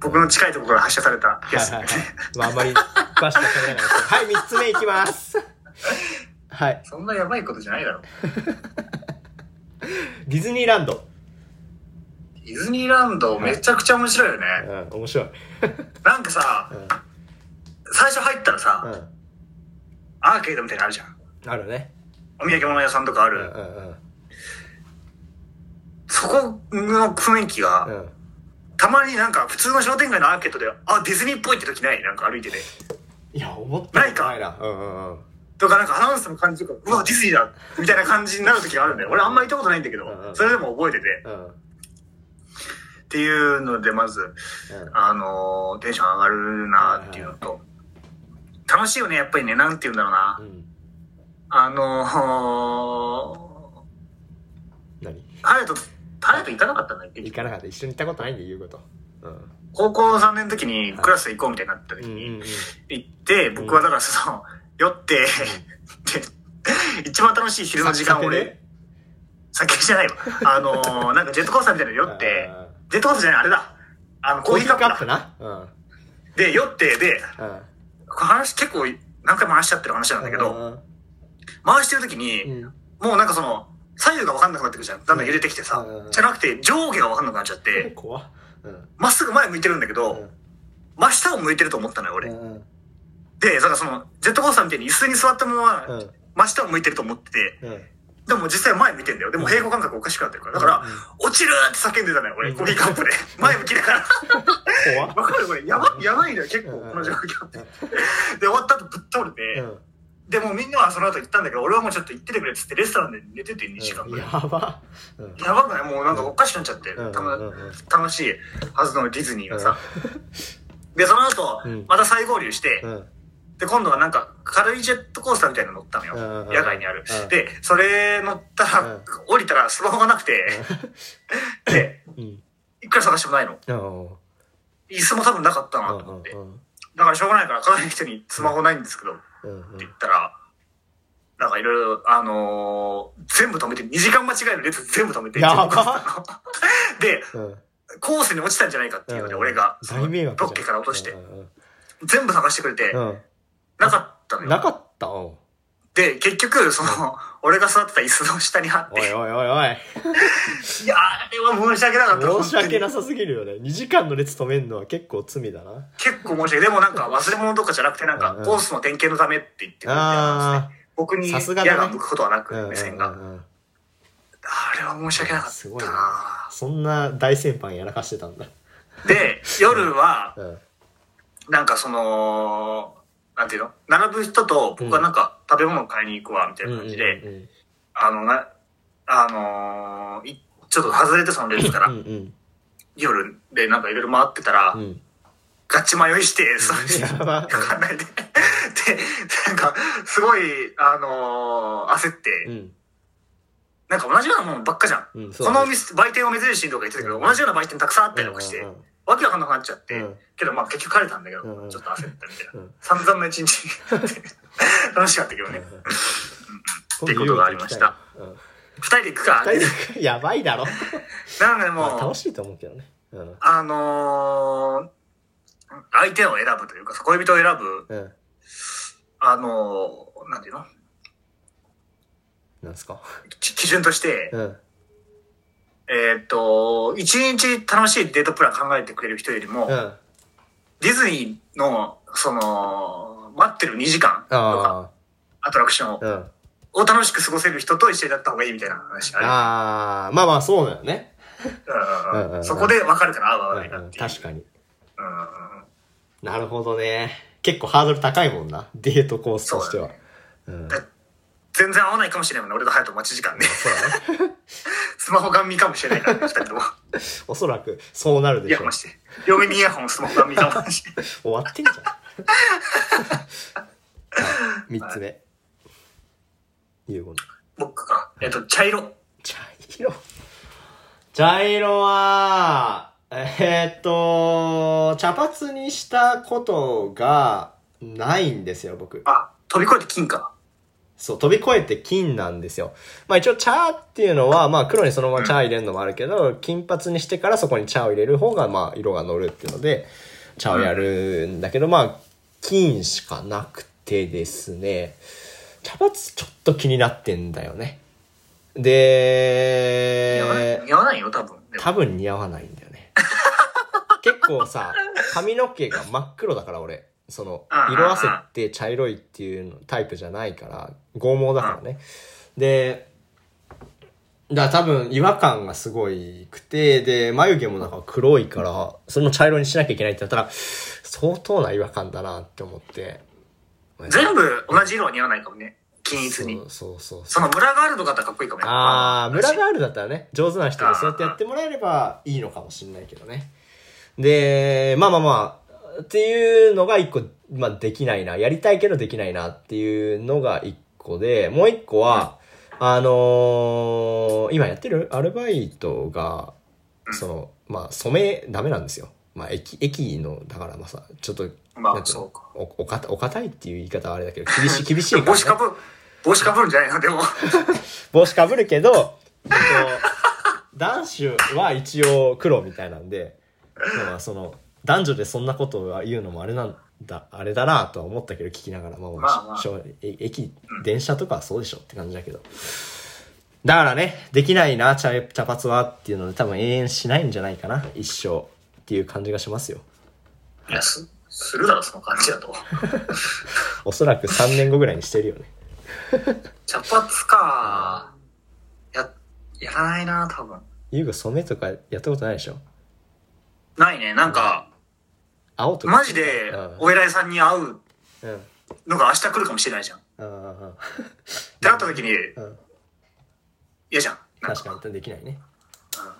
Speaker 3: 僕の近いところから発射されたピア
Speaker 2: はい
Speaker 3: ス。
Speaker 2: はいはい。まあ、あんまり詳しくは喋れないですけど。はい、3つ目いきます。はい。
Speaker 3: そんなやばいことじゃないだろ。
Speaker 2: ディズニーランド。
Speaker 3: ディズニーランドめちゃくちゃ面白いよ
Speaker 2: う
Speaker 3: ね。
Speaker 2: ん、面白い。
Speaker 3: なんかさ
Speaker 2: う、ん。
Speaker 3: 最初入ったら
Speaker 2: う
Speaker 3: さ、
Speaker 2: ん。
Speaker 3: アーケードみたいなのあるじゃん。
Speaker 2: あるね。
Speaker 3: お土産物屋さんとかあ
Speaker 2: うんう
Speaker 3: る。
Speaker 2: ん
Speaker 3: そこの雰囲気
Speaker 2: う
Speaker 3: が、
Speaker 2: ん。うん。
Speaker 3: たまになんか普通の商店街のアーケードで、あ、ディズニーっぽいって時ないなんか歩いてて。
Speaker 2: いや、思ったことないな。うんうんうん。
Speaker 3: とかなんかアナウンスの感じとか、うわ、ディズニーだみたいな感じになる時があるんだよ。俺あんま行ったことないんだけ
Speaker 2: うんう
Speaker 3: ど、
Speaker 2: ん
Speaker 3: それでも覚えてて。
Speaker 2: うん。うん。
Speaker 3: っていうので、まず、あのーテンション上がるなっていうのと、楽しいよね、やっぱりね、なんて言うんだろうな
Speaker 2: う。ん。
Speaker 3: あの
Speaker 2: 何
Speaker 3: ー、ハヤト、ハヤト行かなかったんだっけ
Speaker 2: 行かなかった。一緒に行ったことないんで言うこと。うん。
Speaker 3: 高校3年の時にクラスで行こうみたいになった時
Speaker 2: うんう
Speaker 3: に、
Speaker 2: んうん。
Speaker 3: 行って、僕はだからその、酔って、で、一番楽しい昼の時間を俺、酒じゃないわ。あの ー、なんかジェットコースターみたいなの酔って、ジェットコースターじゃない、あれだ。あの、
Speaker 2: コ
Speaker 3: コー
Speaker 2: ー
Speaker 3: ヒ
Speaker 2: ヒー
Speaker 3: ーカ
Speaker 2: カ
Speaker 3: ッ
Speaker 2: ッ
Speaker 3: プ
Speaker 2: プ
Speaker 3: だ。
Speaker 2: な。うん。
Speaker 3: で、酔って、で、
Speaker 2: うん。
Speaker 3: 話結構何回も話しちゃってる話なんだけど、回してる時に、
Speaker 2: うん、うん。
Speaker 3: もうなんかその、左右が分かんなくなってくるじゃん。だんだん揺れてきてさ
Speaker 2: うん。
Speaker 3: じゃなくて、上下が分かんなくなっちゃって、
Speaker 2: 怖っうん。
Speaker 3: まっすぐ前向いてるんだけ
Speaker 2: う
Speaker 3: ど
Speaker 2: ん、
Speaker 3: 真下を向いてると思ったのよ、
Speaker 2: う
Speaker 3: 俺。
Speaker 2: んうん。
Speaker 3: で、だからその、ジェットコースターみたいに椅子に座ったま
Speaker 2: う
Speaker 3: ま
Speaker 2: ん、
Speaker 3: 真下を向いてると思ってて、
Speaker 2: うん。
Speaker 3: でも実際前見てんだよ。でも平行感覚おかしくなってるから。だから、落ちるーって叫んでたのよ、俺。
Speaker 2: うん
Speaker 3: コーヒーカップで。前向き だから。
Speaker 2: 怖っ
Speaker 3: わかるこれ、やば、やばいのよ、結構、この状況って。で、終わった後ぶっ倒れ
Speaker 2: う
Speaker 3: て、
Speaker 2: ん。
Speaker 3: で、もうみんなはその後行ったんだけど、俺はもうちょっと行っててくれっつって、レストランで寝てて2時間ぐらい。
Speaker 2: やば。うん。
Speaker 3: やばくないもうなんかおかしくなっちゃって、
Speaker 2: うん
Speaker 3: た
Speaker 2: うん
Speaker 3: の
Speaker 2: うん
Speaker 3: 楽しいはずのディズニーがさ。で、その後
Speaker 2: うん、
Speaker 3: また再合流して、
Speaker 2: うん。
Speaker 3: で、今度はなんか、軽いジェットコースターみたいなの乗ったのよ。
Speaker 2: うんうんうん
Speaker 3: 野外にある。
Speaker 2: うん
Speaker 3: で、それ乗ったら、
Speaker 2: うん
Speaker 3: 降りたらスマホがなくて、で、
Speaker 2: うん。
Speaker 3: いくら探してもないの。
Speaker 2: うん。
Speaker 3: 椅子も多分なかった
Speaker 2: う
Speaker 3: なと思
Speaker 2: ん。
Speaker 3: って。
Speaker 2: うん。
Speaker 3: だからしょうがないから、かなりの人にスマホないんですけど、って
Speaker 2: うん。
Speaker 3: 言ったら、なんかいろいろ、あのー全部止めて、2時間間違える列全部止めて、
Speaker 2: やば
Speaker 3: 全部コースターので、
Speaker 2: うん。
Speaker 3: コースに落ちたんじゃないかっていうので、俺が、その
Speaker 2: 大迷惑じゃん
Speaker 3: ロッケから落として
Speaker 2: う、ん
Speaker 3: 全部探してくれて
Speaker 2: う、ん
Speaker 3: なかった
Speaker 2: う
Speaker 3: の
Speaker 2: ん。
Speaker 3: よ。
Speaker 2: なかったうん
Speaker 3: で、結局、その、俺が座ってた椅子の下にあっ
Speaker 2: おいおい
Speaker 3: て、
Speaker 2: おいおい。
Speaker 3: いや、あれは申し訳なかった。
Speaker 2: 申し訳
Speaker 3: 本
Speaker 2: なさすぎるよね。2時間の列止めんのは結構罪だな。
Speaker 3: 当に結構申し訳ない。でもなんか忘れ物とかじゃなくて、なんか
Speaker 2: うんうん
Speaker 3: コースの点検のためって言ってくれてたんですね。僕に
Speaker 2: さす
Speaker 3: 矢
Speaker 2: がだね
Speaker 3: が向くことはな
Speaker 2: うんうん
Speaker 3: く、
Speaker 2: う
Speaker 3: 目線
Speaker 2: んう
Speaker 3: が。
Speaker 2: ん。
Speaker 3: あれは申し訳なか
Speaker 2: す
Speaker 3: っ
Speaker 2: ごい
Speaker 3: た
Speaker 2: な
Speaker 3: な
Speaker 2: そんな大先輩やらかしてたんだ。
Speaker 3: で、夜は、
Speaker 2: うん。
Speaker 3: なんかその、なんていうの並ぶ人と、僕はなんか食べ物買いに行くわ、みたいな感じで、
Speaker 2: うん
Speaker 3: あの、な、あのーいちょっと外れてその列か
Speaker 2: う
Speaker 3: ら、
Speaker 2: んうん。
Speaker 3: 夜でなんかいろいろ回ってたら
Speaker 2: う、ん。
Speaker 3: ガチ迷いして、その人
Speaker 2: やば。
Speaker 3: 考えて。で、 なんか、すごい、あのー焦って、
Speaker 2: うん。
Speaker 3: なんか同じようなものばっかじゃん。
Speaker 2: うんそう
Speaker 3: こ
Speaker 2: だね
Speaker 3: のお店、売店を目印にとか言ってたけど、同じような売店たくさんあったりとかして、わけわかんなくなっちゃって、
Speaker 2: うん
Speaker 3: けどまあ結局帰れたんだけど、
Speaker 2: うんうん
Speaker 3: ちょっと焦ったみたいな。
Speaker 2: うん
Speaker 3: 散々な一日楽しかったけどね。
Speaker 2: 今度
Speaker 3: ってことがありました
Speaker 2: うん。
Speaker 3: 二人で行くか。
Speaker 2: 大丈夫やばい だろ。
Speaker 3: なんかで
Speaker 2: まあ
Speaker 3: も
Speaker 2: 楽、しいと思うけどね。うん。
Speaker 3: あのー相手を選ぶというか、恋人を選ぶ、
Speaker 2: うん。
Speaker 3: あのーなんていうの
Speaker 2: なんすか
Speaker 3: き基準として、
Speaker 2: うん。
Speaker 3: えーっと、一日楽しいデートプラン考えてくれる人よりも、
Speaker 2: うん。あ
Speaker 3: ディズニーの、その、待ってる2時間とか、
Speaker 2: あ
Speaker 3: アトラクションを
Speaker 2: ー。うん。
Speaker 3: を楽しく過ごせる人と一緒になった方がいいみたいな話ある
Speaker 2: ああ、まあまあそうだよね。
Speaker 3: うんうん
Speaker 2: うんうんう
Speaker 3: うんんそこで別れたら合う合
Speaker 2: う
Speaker 3: わ
Speaker 2: ん
Speaker 3: ないな
Speaker 2: うん
Speaker 3: っていう。
Speaker 2: 確かに。
Speaker 3: うんうんうん
Speaker 2: なるほどね。結構ハードル高いもんな。デートコースとしては。うん。
Speaker 3: だ全然合わないかもしれないもんね。俺と隼人待ち時間ね。
Speaker 2: そうだね。
Speaker 3: スマホが見かもしれない から、ね、二人とも。
Speaker 2: おそらく、そうなる
Speaker 3: イ
Speaker 2: で
Speaker 3: ヤ
Speaker 2: しょ
Speaker 3: ホ
Speaker 2: う
Speaker 3: ン。して。両目にイヤホン、スマホが見かもしれない。
Speaker 2: 終わ ってんじゃん。はい、3つ目。ゆうごの。
Speaker 3: 僕か。えっと、茶色。
Speaker 2: 茶色。茶色は、えーっと、茶髪にしたことがないんですよ、僕。
Speaker 3: あ、飛び越えて金か。
Speaker 2: そう、飛び越えて金なんですよ。まあ一応茶っていうのは、まあ黒にそのまま茶入れるのもあるけど、金髪にしてからそこに茶を入れる方が、まあ色が乗るっていうので、茶をやるんだけど、まあ金しかなくてですね、茶髪ちょっと気になってんだよね。
Speaker 3: 似合わない
Speaker 2: で、
Speaker 3: 似合わないよ、多分。でも
Speaker 2: 多分似合わないんだよ ね。結構さ、髪の毛が真っ黒だから俺。その
Speaker 3: う、ん
Speaker 2: 色あせて茶色いっていうのタイプじゃないから、剛毛だからね。で、だから多分違和感がすごいくて、で、眉毛もなんか黒いから、その茶色にしなきゃいけないってなったら、相当な違和感だなって思って。
Speaker 3: 全部同じ色は似合わないかもね。均一に。
Speaker 2: そうそうそう
Speaker 3: そのムラがあるとかだったらかっこいいかもね。
Speaker 2: あ あ、ムラ
Speaker 3: 私
Speaker 2: があるだったらね、上手な人にそうやってやってもらえればいいのかもしれないけどね。で、まあまあまあ、っていうのが一個、まあできないな。やりたいけどできないなっていうのが一個で、もう一個は、あのー今やってるアルバイトが、その、まあ染めダメなんですよ。まあ駅、駅の、だからまあさ、ちょっと、
Speaker 3: まあ
Speaker 2: なんていの
Speaker 3: そうか
Speaker 2: お、おかた、お堅いっていう言い方はあれだけど、厳しい、厳しい
Speaker 3: で
Speaker 2: から、ね。
Speaker 3: も帽子かぶ、帽子かぶるんじゃないのでも。
Speaker 2: 帽子かぶるけど、 えっと男子は一応黒みたいなんで、まあその、男女でそんなことは言うのもあれなんだ、あれだなとは思ったけど聞きながら、まあ、
Speaker 3: まあまあ
Speaker 2: しょえ駅、電車とかはそうでしょって感じだけど。だからね、できないな、茶茶髪はっていうので多分永遠しないんじゃないかな、一生っていう感じがしますよ。
Speaker 3: いや、す、するだろ、その感 じだと。
Speaker 2: おそらく3年後ぐらいにしてるよね。
Speaker 3: 茶髪か。や、やらないな、多分。
Speaker 2: ゆうご染めとかやったことないでしょ
Speaker 3: ないね。なんか、
Speaker 2: 青とか。
Speaker 3: マジで
Speaker 2: うん、
Speaker 3: お偉いさんに会う
Speaker 2: うん。うん
Speaker 3: のが明日来るかもしれないじゃん。っ
Speaker 2: うんうん。
Speaker 3: てなった時に、
Speaker 2: うん
Speaker 3: 嫌じゃん。なん
Speaker 2: 確かにできないね。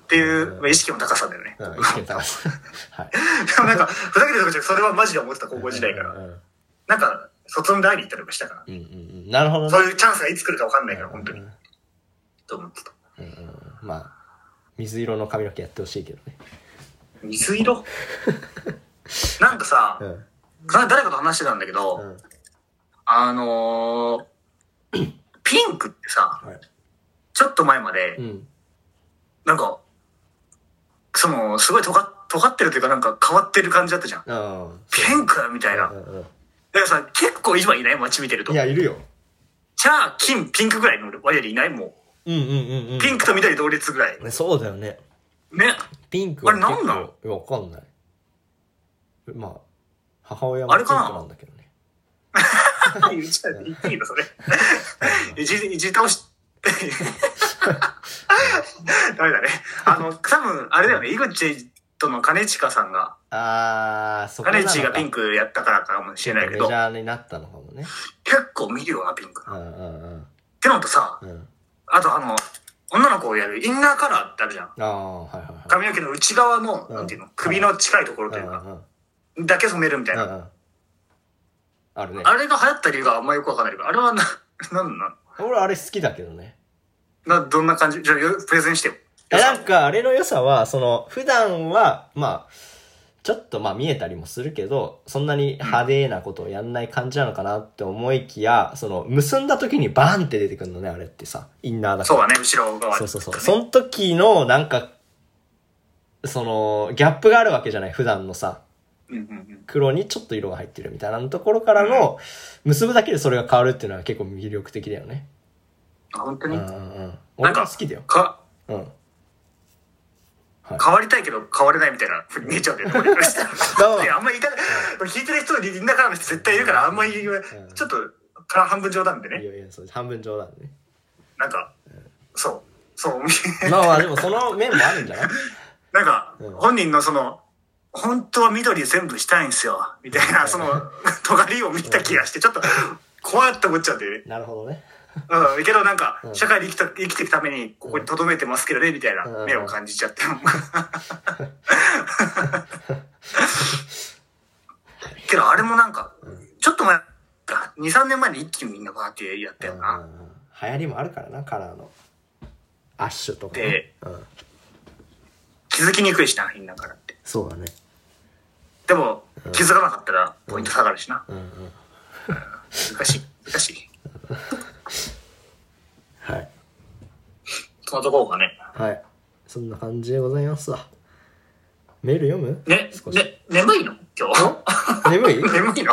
Speaker 3: っていう、まあ意識の高さだよね。
Speaker 2: う
Speaker 3: で
Speaker 2: ん、
Speaker 3: も
Speaker 2: 意識の高さ。 はい。
Speaker 3: なんか、ふざけてるとかじゃなくてそれはマジで思ってた高校時代から。
Speaker 2: うん
Speaker 3: なんか、卒論で会いに行ったりとかしたから。
Speaker 2: うんうん。なるほど
Speaker 3: そう
Speaker 2: ね。
Speaker 3: いうチャンスがいつ来るか分かんないから、本当に。と思ってた。
Speaker 2: まあ、水色の髪の毛やってほしいけどね。
Speaker 3: 水色 なんかさ、
Speaker 2: うん。
Speaker 3: な誰かと話してたんだけど、
Speaker 2: うん。
Speaker 3: あのーピンクってさ、
Speaker 2: はい。
Speaker 3: ちょっと前まで、
Speaker 2: うん。
Speaker 3: なんか、その、すごい尖っ尖ってるというか、なんか変わってる感じだったじゃん。
Speaker 2: ああ。
Speaker 3: ピンクみたいな。
Speaker 2: う
Speaker 3: だか
Speaker 2: んうん
Speaker 3: らさ、結構今いない街見てると。
Speaker 2: いや、いるよ。
Speaker 3: じゃあ、金、ピンクぐらいの割合でいないも
Speaker 2: うんうんうんうん
Speaker 3: う。ピンクと緑同列ぐらい。ね。
Speaker 2: ねそうだよね。ピンク
Speaker 3: あれなんなの
Speaker 2: 結構わかんない。まあ、母親もピンクなんだけどね。
Speaker 3: 言っちゃう言っていいのそれ。いじ、いじ倒し、 ダメだね。あの、多分、あれだよね、井口との兼近さんが、
Speaker 2: ああ、そこな
Speaker 3: 兼
Speaker 2: のか
Speaker 3: 近がピンクやったからかもしれないけ
Speaker 2: メジ
Speaker 3: ど、
Speaker 2: ャーになったのかもね。
Speaker 3: 結構見るよな、ピンク。
Speaker 2: うん
Speaker 3: っ
Speaker 2: うんうん。
Speaker 3: てのとさ、
Speaker 2: うん。
Speaker 3: あとあの、女の子をやるインナーカラーってあるじゃん。
Speaker 2: ああ、はいはいはい。
Speaker 3: 髪の毛の内側の、
Speaker 2: うん
Speaker 3: なんていうの、首の近いところという
Speaker 2: うん
Speaker 3: か、
Speaker 2: うんうん
Speaker 3: だけ染めるみたいな。
Speaker 2: うんうんあるね
Speaker 3: あれが流行った理由があんまよくわかんないけど、あれはな、なんな
Speaker 2: 俺あれ好きだけどね
Speaker 3: のな、どんな感じじゃあ、よプレゼンしてよ。
Speaker 2: えなんかあれの良さはその普段はまあちょっとまあ見えたりもするけどそんなに派手なことをやんない感じなのかなって思いきやその結んだ時にバーンって出てくるのねあれってさインナーだか
Speaker 3: そ
Speaker 2: ら
Speaker 3: うだね、後ろ側
Speaker 2: そうそうそう
Speaker 3: だね
Speaker 2: その時のなんかそのギャップがあるわけじゃない普段のさ
Speaker 3: うんうんうん。
Speaker 2: 黒にちょっと色が入ってるみたいなところからの結ぶだけでそれが変わるっていうのは結構魅力的だよね
Speaker 3: あ、本当
Speaker 2: う
Speaker 3: に
Speaker 2: んうんうん俺も好きだよ
Speaker 3: か、
Speaker 2: うん。はい
Speaker 3: 変わりたいけど変われないみたいなふうに見えちゃうんだよね、俺からしたらであんまり言いた聞いてる人みんなからの人絶対いるからあんまり言うちょっとから半分冗談で
Speaker 2: い
Speaker 3: ね
Speaker 2: やいやそうです半分冗談ね
Speaker 3: なんかそうそう
Speaker 2: まあまあでもその面もあるんじゃない
Speaker 3: なんか
Speaker 2: うん、
Speaker 3: 本人のその、本当は緑全部したいんですよ、みたいな、その、尖りを見た気がして、ちょっと、怖って思っちゃうんだよね。
Speaker 2: なるほどね
Speaker 3: うん、けどなんか
Speaker 2: う、ん
Speaker 3: 社会で生きた生きていくために、ここに留めてますけどね、みたいな
Speaker 2: うん
Speaker 3: 目を感じ ちゃって。けど、あれもなんか、ちょっと前、2、3年前に一気にみんなバーってやったよ
Speaker 2: う
Speaker 3: な。
Speaker 2: ん流行りもあるからなカラーのアッシュとか、ね
Speaker 3: で
Speaker 2: うん、
Speaker 3: 気づきにくいしな、みんなからって。
Speaker 2: そうだね
Speaker 3: でも、気づかなかったら、ポイント下がるしな。
Speaker 2: うんうん
Speaker 3: 難しい、難しい。
Speaker 2: はい
Speaker 3: そのところがね。
Speaker 2: はいそんな感じでございますわメール読む
Speaker 3: ね、
Speaker 2: 少し
Speaker 3: ね、眠いの今日。
Speaker 2: お眠いい
Speaker 3: 眠いのい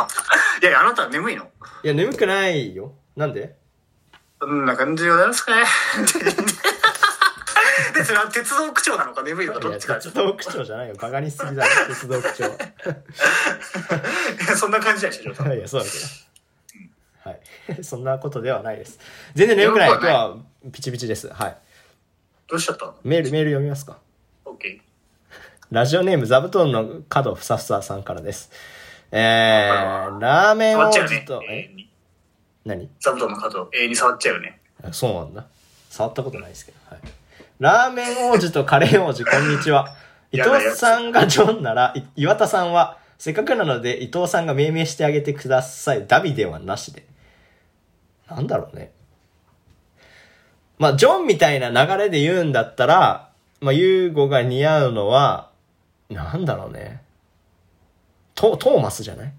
Speaker 3: やいや、あなたは眠いの
Speaker 2: や眠くないよなんで
Speaker 3: そんな感じでございますかね。 で、それは鉄道区長なのか 眠いのか
Speaker 2: い
Speaker 3: どっ
Speaker 2: や
Speaker 3: ちか。ちょ
Speaker 2: 鉄
Speaker 3: っと
Speaker 2: 道区長じゃないよバカにしすぎだろ鉄道区 長
Speaker 3: いやそんな感じなんでしょ、ちょっと
Speaker 2: いやそうだけどはい そんなことではないです全然眠くない今
Speaker 3: 眠く
Speaker 2: 日
Speaker 3: はない
Speaker 2: はピチピチですはい
Speaker 3: どうしちゃ ったの
Speaker 2: メールメール読みますか
Speaker 3: ?OK。
Speaker 2: ラジオネーム座布団の角ふさふささんからですえー、ラーメ
Speaker 3: 変
Speaker 2: ン王
Speaker 3: わっちゃうよ
Speaker 2: 子
Speaker 3: ね
Speaker 2: と、。
Speaker 3: 永遠に
Speaker 2: え何
Speaker 3: 座布団の角、永遠に触っちゃうよね。
Speaker 2: あそうなんだ。触ったことないですけど。はい。ラーメン王子とカレー王子、こんにちは。伊
Speaker 3: 嫌なやつ
Speaker 2: 藤さんがジョンなら、い岩田さんは、せっかくなので伊藤さんが命名してあげてください。ダビデはなしで。なんだろうね。まあ、ジョンみたいな流れで言うんだったら、まあ、ユーゴが似合うのは、なんだろうね。ト、トーマスじゃない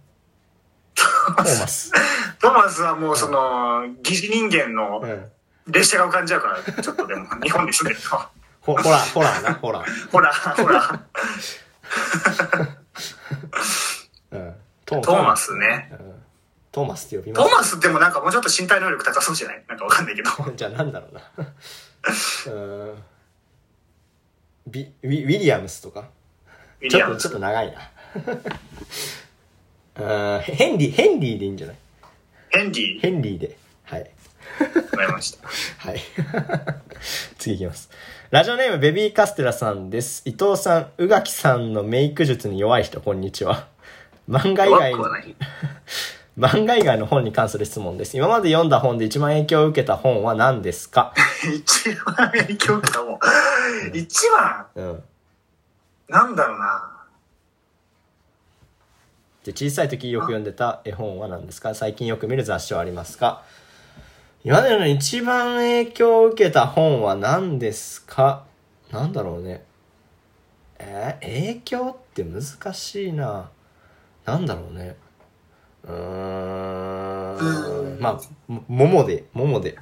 Speaker 2: トーマス。
Speaker 3: トーマスはもうその、疑似人間の
Speaker 2: うん。
Speaker 3: 列車が浮かんじゃうから、ちょっとでも、 日本に住んでると。
Speaker 2: ほ、ほら、ほらな、ほら。
Speaker 3: ほら、ほら、
Speaker 2: うん。トー
Speaker 3: トーマスね。
Speaker 2: トーマスって呼びま
Speaker 3: ト
Speaker 2: す
Speaker 3: ーマスでもなんかもうちょっと身体能力高そうじゃないなんかわかんないけど。
Speaker 2: じゃあなんだろうなうーんビウィウィリアムスとか
Speaker 3: ウ ィ
Speaker 2: ち
Speaker 3: リア
Speaker 2: ょっと
Speaker 3: ム
Speaker 2: ちょっ
Speaker 3: ズ。
Speaker 2: と長いな うーんヘンリーヘンリーでいいんじゃない
Speaker 3: ヘンリー。
Speaker 2: ヘンリーではい
Speaker 3: わかりました。
Speaker 2: はい 次いきますラジオネームベビーカステラさんです伊藤さん宇垣さんのメイク術に弱い人こんにちは 漫画以
Speaker 3: 怖
Speaker 2: 外
Speaker 3: く
Speaker 2: に
Speaker 3: はない。
Speaker 2: 漫画以外の本に関する質問です今まで読んだ本で一番影響を受けた本は何です か、
Speaker 3: 一番影響を受けたもん。一番、
Speaker 2: うん
Speaker 3: なんだろうな。
Speaker 2: で小さい時よく読んでた絵本は何ですか最近よく見る雑誌はありますか今までの一番影響を受けた本は何ですかなんだろうねえー影響って難しいななんだろうねうーんまあも桃で桃で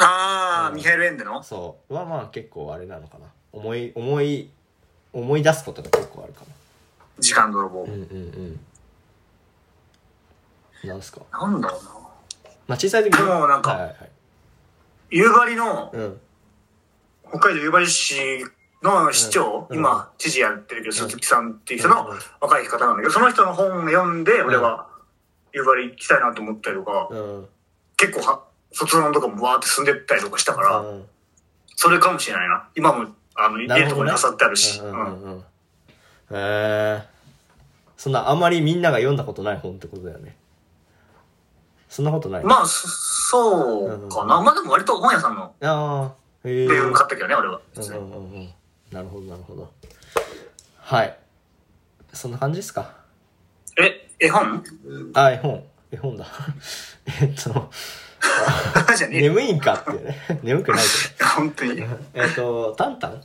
Speaker 3: ああ、ミハエル・エンデの
Speaker 2: そうはまあ結構あれなのかな思い思い思い出すことが結構あるか
Speaker 3: 時間泥棒
Speaker 2: なう。んうんうんなんすか
Speaker 3: なんだろうな。
Speaker 2: まあ、小さい時
Speaker 3: でもなんか
Speaker 2: はいはいはい
Speaker 3: 夕張の、
Speaker 2: うん。
Speaker 3: 北海道夕張市の市長、
Speaker 2: うん
Speaker 3: 今、知事やってるけど、
Speaker 2: うん
Speaker 3: 鈴木さんっていう人の
Speaker 2: うん
Speaker 3: 若い方なんだけど、その人の本を読んで、俺は夕張行きたいなと思ったりとか、
Speaker 2: うん。
Speaker 3: 結構は、卒論とかもわーって進んでったりとかしたから、
Speaker 2: うん
Speaker 3: それかもしれないな。今も、あの、家のとこに飾ってあるし。
Speaker 2: う
Speaker 3: うん
Speaker 2: うん
Speaker 3: ん
Speaker 2: うんうん。えー。そんな、あんまりみんなが読んだことない本ってことだよね。そんなことない。あ
Speaker 3: まあ、そそうかな。まあでも割と本屋さんの
Speaker 2: あー。へえ
Speaker 3: で
Speaker 2: ー。
Speaker 3: 買ったけどね、俺は。
Speaker 2: うんうんうんうん。なるほど、なるほど。はい。そんな感じですか。
Speaker 3: え、絵本
Speaker 2: あ、絵本。絵本だ。えっと、
Speaker 3: じゃねえよ。
Speaker 2: 眠いんかっていうね。眠くない
Speaker 3: 本当に。
Speaker 2: けど。えっと、タンタン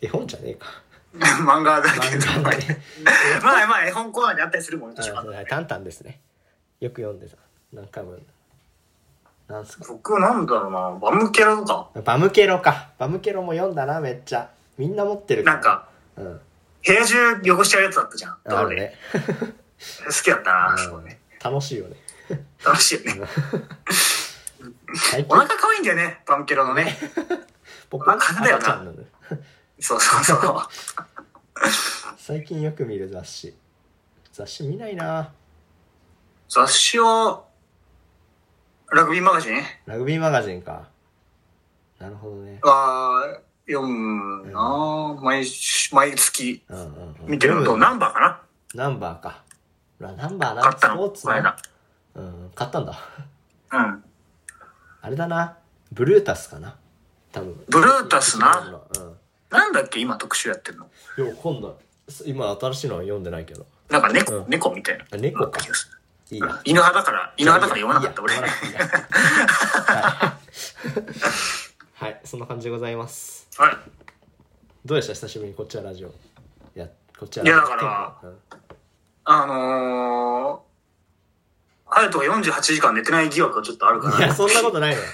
Speaker 2: 絵本じゃねえか。
Speaker 3: 漫画だけど。
Speaker 2: 漫
Speaker 3: ま
Speaker 2: 画
Speaker 3: あ
Speaker 2: だね
Speaker 3: まあ、絵本コーナーにあったりするもん、
Speaker 2: あ
Speaker 3: 私は
Speaker 2: はいタンタンですね。よく読んでた。何回も読んだ。なんすか
Speaker 3: 僕、なんだろうな、バムキャラとか、
Speaker 2: バムケロか。バムケロも読んだな、めっちゃ。みんな持ってる
Speaker 3: なん。か、
Speaker 2: うん。
Speaker 3: 部屋中汚しちゃうやつだったじゃん。
Speaker 2: あ
Speaker 3: 道
Speaker 2: る
Speaker 3: 路で
Speaker 2: ね。
Speaker 3: 好きだったな、すごいね。
Speaker 2: 楽しいよね。
Speaker 3: 楽しいよね。
Speaker 2: 最
Speaker 3: お
Speaker 2: 近、
Speaker 3: 腹可愛いんだよね、バムキャラのね。
Speaker 2: ポッ
Speaker 3: お腹だよな
Speaker 2: 赤ちゃんなのよ。
Speaker 3: そうそうそう。
Speaker 2: 最近よく見る雑誌雑誌見ないな
Speaker 3: 雑誌を、ラグビーマガジン
Speaker 2: ラグビーマガジンかなるほどね
Speaker 3: は読むな、毎週毎月
Speaker 2: うんうん、うん、
Speaker 3: 見てるのと、ナンバーかな
Speaker 2: ナンバーかうわナンバーな
Speaker 3: 買った
Speaker 2: スポ
Speaker 3: の、
Speaker 2: ーツ
Speaker 3: この間
Speaker 2: な。うん買ったんだ
Speaker 3: うん。
Speaker 2: あれだなブルータスかな多分
Speaker 3: ブルータスな。
Speaker 2: うん
Speaker 3: なんだっけ、今特集やってるの。
Speaker 2: でも今度今新しいのは読んでないけど
Speaker 3: なんか猫、
Speaker 2: うん
Speaker 3: 猫みたいな。
Speaker 2: あ猫か
Speaker 3: なん気がする
Speaker 2: いい
Speaker 3: うん
Speaker 2: な
Speaker 3: 犬派だから、犬派だから読まなかった、
Speaker 2: い
Speaker 3: 俺
Speaker 2: や。 いや読まなくていいやはいはいそんな感じでございます
Speaker 3: はい。
Speaker 2: どうでした久しぶりにこっちはラジオいやこっちはい
Speaker 3: やだから
Speaker 2: うん
Speaker 3: あのー、あやとが48時間寝てない疑惑がちょっとあるか
Speaker 2: い
Speaker 3: ら
Speaker 2: や、、そんなことないのよ。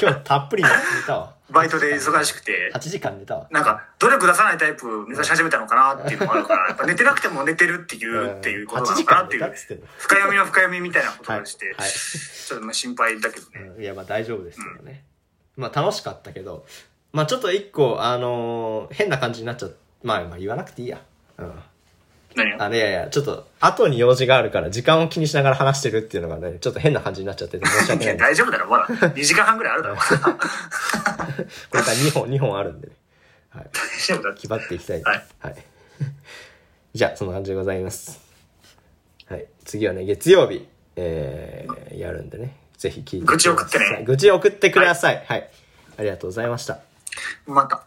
Speaker 2: 今日たっぷり寝たわ。
Speaker 3: バイトで忙しくて
Speaker 2: 8、時間寝たわ。
Speaker 3: なんか、努力出さないタイプ目指し始めたのかなっていうのもあるから、やっぱ寝てなくても寝てるっていう、っていうことな
Speaker 2: 8
Speaker 3: の
Speaker 2: 時
Speaker 3: かな
Speaker 2: 間
Speaker 3: って
Speaker 2: 寝
Speaker 3: いう
Speaker 2: たっ、つってんの。
Speaker 3: 深読みの深読みみたいなこと
Speaker 2: はい
Speaker 3: をして、
Speaker 2: はい
Speaker 3: ちょっとまあ心配だけどね。
Speaker 2: うんいや、まあ大丈夫ですけどね。まあ楽しかったけど、まあちょっと一個、あのー変な感じになっちゃう。まあまあ言わなくていいや。うん。
Speaker 3: 何が
Speaker 2: あれいやいや、ちょっと、後に用事があるから、時間を気にしながら話してるっていうのがね、ちょっと変な感じになっちゃってて申し
Speaker 3: い
Speaker 2: 訳な
Speaker 3: や、
Speaker 2: いんです。
Speaker 3: 大丈夫だろ、まだ。2時間半ぐらいあるだ ろ、まだ
Speaker 2: これから2本、2本あるんでね。はい。
Speaker 3: 大丈夫だって
Speaker 2: 気張っていきたい。
Speaker 3: はい。
Speaker 2: はい、 じゃあ、そんな感じでございます。はい。次はね、月曜日、えー、やるんでね。ぜひ聞いてください。
Speaker 3: 愚痴送ってね
Speaker 2: 愚痴送ってください。はい。ありがとうございました。
Speaker 3: また。